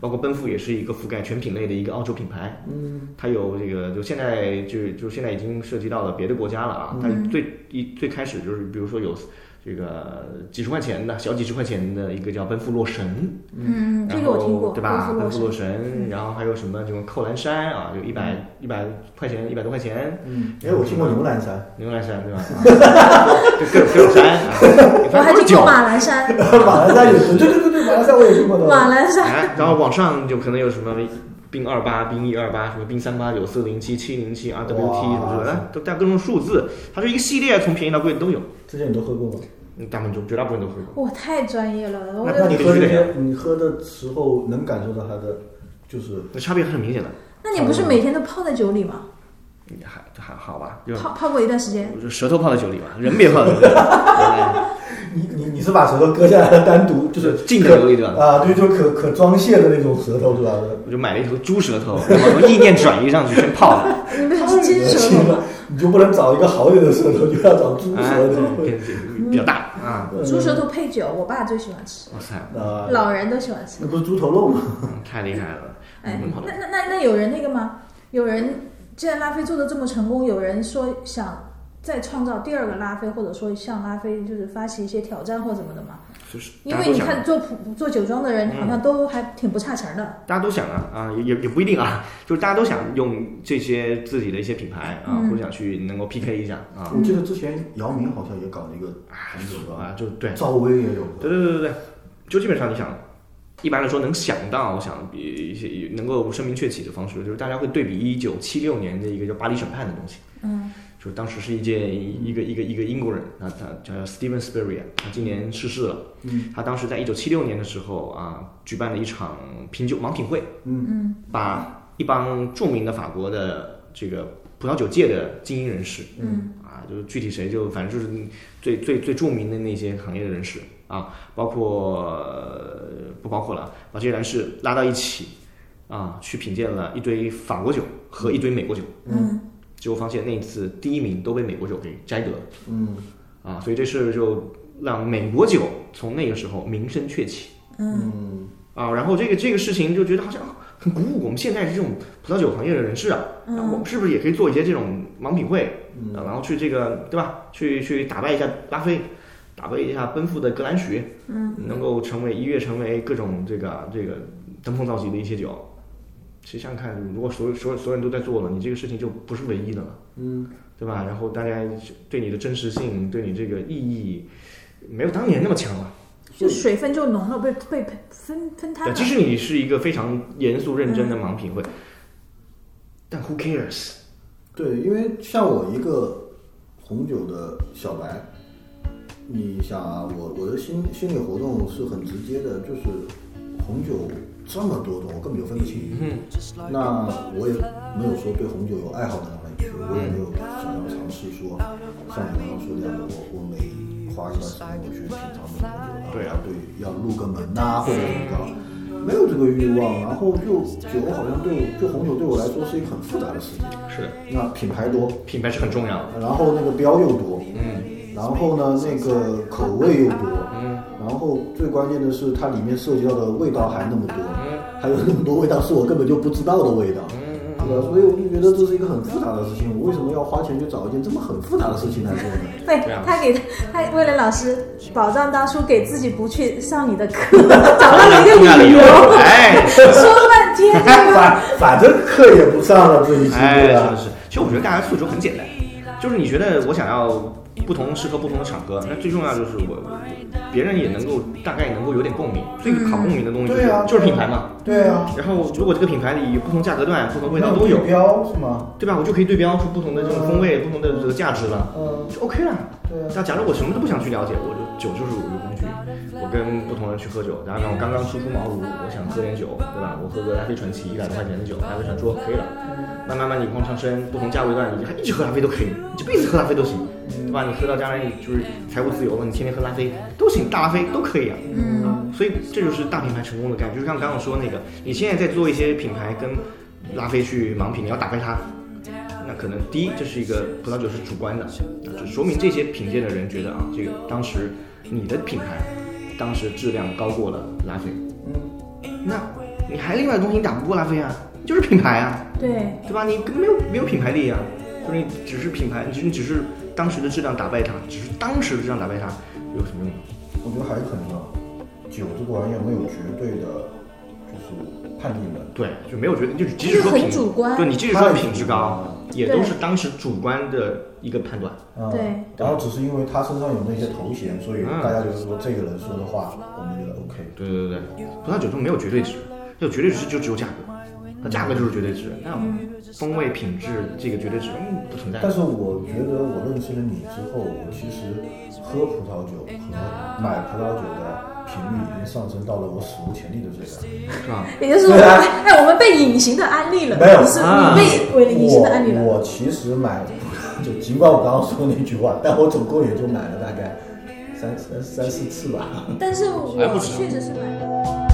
Speaker 1: 包括奔富也是一个覆盖全品类的一个澳洲品牌。嗯，它有这个，就现在就就现在已经涉及到了别的国家了啊。它最一最开始就是，比如说有这个几十块钱的小几十块钱的一个叫奔富洛神，
Speaker 2: 嗯，这
Speaker 1: 然
Speaker 2: 个
Speaker 1: 后
Speaker 2: 我听过，嗯
Speaker 1: 对吧？
Speaker 2: 奔
Speaker 1: 奔
Speaker 2: 赴
Speaker 1: 富
Speaker 2: 洛
Speaker 1: 洛
Speaker 2: 神
Speaker 1: 神，然后还有什么这种扣篮山啊，就一
Speaker 2: 嗯
Speaker 1: 百一百块钱，一百多块钱，
Speaker 3: 嗯，哎，我听过牛栏山，
Speaker 1: 牛栏山对
Speaker 2: [LAUGHS]
Speaker 1: 吧？就各种各种山，啊
Speaker 2: 我
Speaker 1: 反
Speaker 2: 还
Speaker 1: 正都是
Speaker 2: 听
Speaker 1: 酒
Speaker 2: 过。马栏山，
Speaker 1: [LAUGHS]
Speaker 3: [LAUGHS] 马栏山也是，对对对对，马栏山我也听过的。
Speaker 2: 马栏山，
Speaker 1: 哎，然后往上就可能有什么冰二八、冰一二八，什么冰三八九、四零七、七零七、RWT 什么
Speaker 3: 哇
Speaker 1: 的，都带各种数字，它是一个系列，从便宜到贵都有。
Speaker 3: 这些你都喝过吗？
Speaker 1: 嗯大部分就绝大部分都会有。
Speaker 2: 哇，太专业了，我
Speaker 1: 那
Speaker 3: 那
Speaker 2: 有
Speaker 3: 你
Speaker 1: 必
Speaker 3: 喝
Speaker 1: 须
Speaker 3: 这
Speaker 1: 得
Speaker 3: 些，你喝的时候能感受到它的，就是
Speaker 1: 那差别还是很明显的，
Speaker 2: 那你不是每天都泡在酒里吗？
Speaker 1: 你还还好吧？就
Speaker 2: 泡泡过一段时间，
Speaker 1: 就舌头泡在酒里吧，人别泡在酒
Speaker 2: [LAUGHS]
Speaker 1: 里。哎
Speaker 3: 你你你是把舌头割下来了，单独就是
Speaker 1: 进口的一
Speaker 2: [LAUGHS]
Speaker 1: 段
Speaker 3: 啊，对，就可可装卸的那种舌头是吧？
Speaker 1: 我就买了一头猪舌头， [LAUGHS] 然后意念转移上去先泡了。
Speaker 2: 你不是金
Speaker 3: 恶
Speaker 2: 舌头
Speaker 3: 心
Speaker 2: 吗？
Speaker 3: 了， [LAUGHS] 你就不能找一个好点的舌头，就要找猪
Speaker 1: 哎
Speaker 3: 舌头。
Speaker 1: 对对比较大啊！
Speaker 3: 嗯
Speaker 2: 猪舌头配酒，我爸最喜欢吃，
Speaker 1: 哇塞，
Speaker 3: 啊，
Speaker 2: 老人都喜欢吃。
Speaker 3: 那不是猪头肉吗？
Speaker 1: 嗯太厉害了！
Speaker 2: 哎
Speaker 1: 嗯好，的
Speaker 2: 那那那那有人那个吗？有人既然拉菲做的这么成功，有人说想再创造第二个拉菲，或者说向拉菲就是发起一些挑战或什么的嘛？
Speaker 1: 就是
Speaker 2: 因
Speaker 1: 大家
Speaker 2: 为
Speaker 1: 都
Speaker 2: 你
Speaker 1: 想
Speaker 2: 看做普做酒庄的人
Speaker 1: 嗯
Speaker 2: 好像都还挺不差钱儿的，
Speaker 1: 大家都想啊啊，也也也不一定啊，就是大家都想用这些自己的一些品牌啊，
Speaker 2: 嗯
Speaker 1: 或者想去能够 PK 一下啊
Speaker 3: 我记得之前姚明好像也搞了一个
Speaker 1: 啊
Speaker 3: 很久
Speaker 1: 就
Speaker 3: 了，
Speaker 1: 啊，就对
Speaker 3: 赵薇也有
Speaker 1: 对对
Speaker 3: 个，
Speaker 1: 对对对，就基本上你想，一般来说能想到，我想比一些能够声名鹊起的方式，就是大家会对比一九七六年的一个叫巴黎审判的东西，
Speaker 2: 嗯
Speaker 1: 就是当时是一件一个一个一个英国人，那他叫 Steven Spiria，他今年逝世了，
Speaker 3: 嗯
Speaker 1: 他当时在一九七六年的时候啊，举办了一场品酒盲品会。
Speaker 3: 嗯
Speaker 2: 嗯
Speaker 1: 把一帮著名的法国的这个葡萄酒界的精英人士
Speaker 2: 嗯
Speaker 1: 啊，就是具体谁就反正就是最最最著名的那些行业的人士啊，包括、呃不包括了，把这些人士拉到一起啊，去品鉴了一堆法国酒和一堆美国酒，
Speaker 2: 嗯，
Speaker 1: 结果发现那一次第一名都被美国酒给摘得了
Speaker 3: 嗯
Speaker 1: 啊，所以这事就让美国酒从那个时候名声鹊起。
Speaker 3: 嗯，
Speaker 1: 啊，然后这个这个事情就觉得好像啊很鼓舞我们现在这种葡萄酒行业的人士啊，
Speaker 2: 嗯
Speaker 1: 那我们是不是也可以做一些这种盲品会，
Speaker 3: 嗯
Speaker 1: 啊然后去这个对吧，去去打败一下拉菲，打败一下奔赴的格兰许，嗯，能够成为一跃成为各种这个这个登峰造极的一些酒。其实想想看，如果所有所有所有人都在做了，你这个事情就不是唯一的了，
Speaker 3: 嗯，
Speaker 1: 对吧？然后大家对你的真实性，对你这个意义，没有当年那么强了。
Speaker 2: 就水分就浓了，被被被分分摊
Speaker 1: 对，
Speaker 2: 了。
Speaker 1: 即使你是一个非常严肃认真的盲品会，但 who cares？
Speaker 3: 对，因为像我一个红酒的小白，你想啊，我我的心心理活动是很直接的，就是红酒这么多种，我根本就分不清。
Speaker 1: 嗯
Speaker 3: 那我也没有说对红酒有爱好到哪里去，我也没有想要尝试说，像你刚刚说的一样，我我每花一段时间我去品尝每个酒，
Speaker 1: 对
Speaker 3: 然
Speaker 1: 啊
Speaker 3: 啊后对要入个门呐、或者怎么着。没有这个欲望，然后就酒好像对我，就红酒对我来说是一个很复杂的事情。
Speaker 1: 是的，
Speaker 3: 那品牌多，
Speaker 1: 品牌是很重要的。
Speaker 3: 然后那个标又多，
Speaker 1: 嗯
Speaker 3: 然后呢那个口味又多，
Speaker 1: 嗯
Speaker 3: 然后最关键的是它里面涉及到的味道还那么多，
Speaker 1: 嗯
Speaker 3: 还有那么多味道是我根本就不知道的味道。
Speaker 1: 嗯
Speaker 3: 对吧？所以我就觉得这是一个很复杂的事情，我为什么要花钱去找一件这么很复杂的事情来做
Speaker 1: [LAUGHS]
Speaker 3: 呢？
Speaker 2: 对
Speaker 1: 对啊
Speaker 2: 他给他，他为了老师保障当初给自己不去上你的
Speaker 1: [LAUGHS]
Speaker 2: 课，找到了一个理由，
Speaker 1: 哎，
Speaker 2: 说了半天
Speaker 1: [LAUGHS]
Speaker 2: 这个。
Speaker 3: 反 [LAUGHS] 反正课也不上了，自己去
Speaker 1: 哎，
Speaker 3: 对
Speaker 1: 是
Speaker 3: 吧
Speaker 1: 的？是的。其实我觉得大家诉求很简单，就是你觉得我想要不同适合不同的场合，那最重要就是我别人也能够大概能够有点共鸣。最考共鸣的东西就是、
Speaker 3: 对啊
Speaker 1: 就是品牌嘛。
Speaker 3: 对啊，
Speaker 1: 然后如果这个品牌里有不同价格段、不同味道都有
Speaker 3: 目，标是吗？
Speaker 1: 对吧？我就可以对标出不同的这种风味、不同的这个价值了，
Speaker 3: 嗯，
Speaker 1: 就 OK 了。
Speaker 3: 对啊。
Speaker 1: 那假如我什么都不想去了解，我就酒就是我的工具。我跟不同人去喝酒，然后我刚刚初出茅庐，我想喝点酒，对吧？我喝个拉菲传奇一百多块钱的酒，拉菲传说可以了。
Speaker 3: 嗯
Speaker 1: 那慢慢你逛上升，不同价位段，你还一直喝拉菲都可以，你这辈子喝拉菲都行，
Speaker 3: 嗯
Speaker 1: 对吧？你喝到将来你就是财务自由了，你天天喝拉菲都行，大拉菲都可以啊。
Speaker 2: 嗯，
Speaker 1: 所以这就是大品牌成功的概念，就是像刚刚我说那个，你现在在做一些品牌跟拉菲去盲品，你要打败它，那可能第一这是一个葡萄酒是主观的，就说明这些品鉴的人觉得啊，这个当时你的品牌当时质量高过了拉菲，
Speaker 3: 嗯，
Speaker 1: 那你还另外的东西你打不过拉菲啊，就是品牌啊，
Speaker 2: 对，
Speaker 1: 对吧？你根本没有没有品牌力啊，就是你只是品牌，你只你只是当时的质量打败它，只是当时的质量打败它，有什么用？
Speaker 3: 我觉得还是很重要。酒这个玩意儿没有绝对的，就是判定的，
Speaker 1: 对，就没有觉得，就是即使说
Speaker 2: 就是
Speaker 1: 品
Speaker 2: 很主观
Speaker 1: 对你即使说品质高，也
Speaker 2: 对
Speaker 1: 都是当时主观的一个判断。
Speaker 3: 嗯
Speaker 2: 对。
Speaker 3: 然后只是因为他身上有那些头衔，所以
Speaker 1: 嗯
Speaker 3: 大家就是说这个人说的话，我们觉得 OK。
Speaker 1: 对对对对，葡萄酒中没有绝对值，有绝对值就只有价格，那价格就是绝对值，那风味品质这个绝对值嗯不存在。
Speaker 3: 但是我觉得我认识了你之后，我其实喝葡萄酒和买葡萄酒的频率已经上升到了我史无前例的最高。
Speaker 1: 是吧？
Speaker 2: 也就是说，我
Speaker 3: 对
Speaker 2: 们
Speaker 3: 啊
Speaker 2: 哎，我们被隐形的安利了，
Speaker 3: 没有
Speaker 2: 你是
Speaker 1: 啊
Speaker 2: 你被 [LAUGHS] 为隐形的安利了，
Speaker 3: 我我其实买， [LAUGHS] 就尽管我刚刚说那句话，但我总共也就买了大概三三三四次吧。
Speaker 2: 但是
Speaker 1: 哎不
Speaker 2: 我
Speaker 1: 止
Speaker 2: 确实是买了。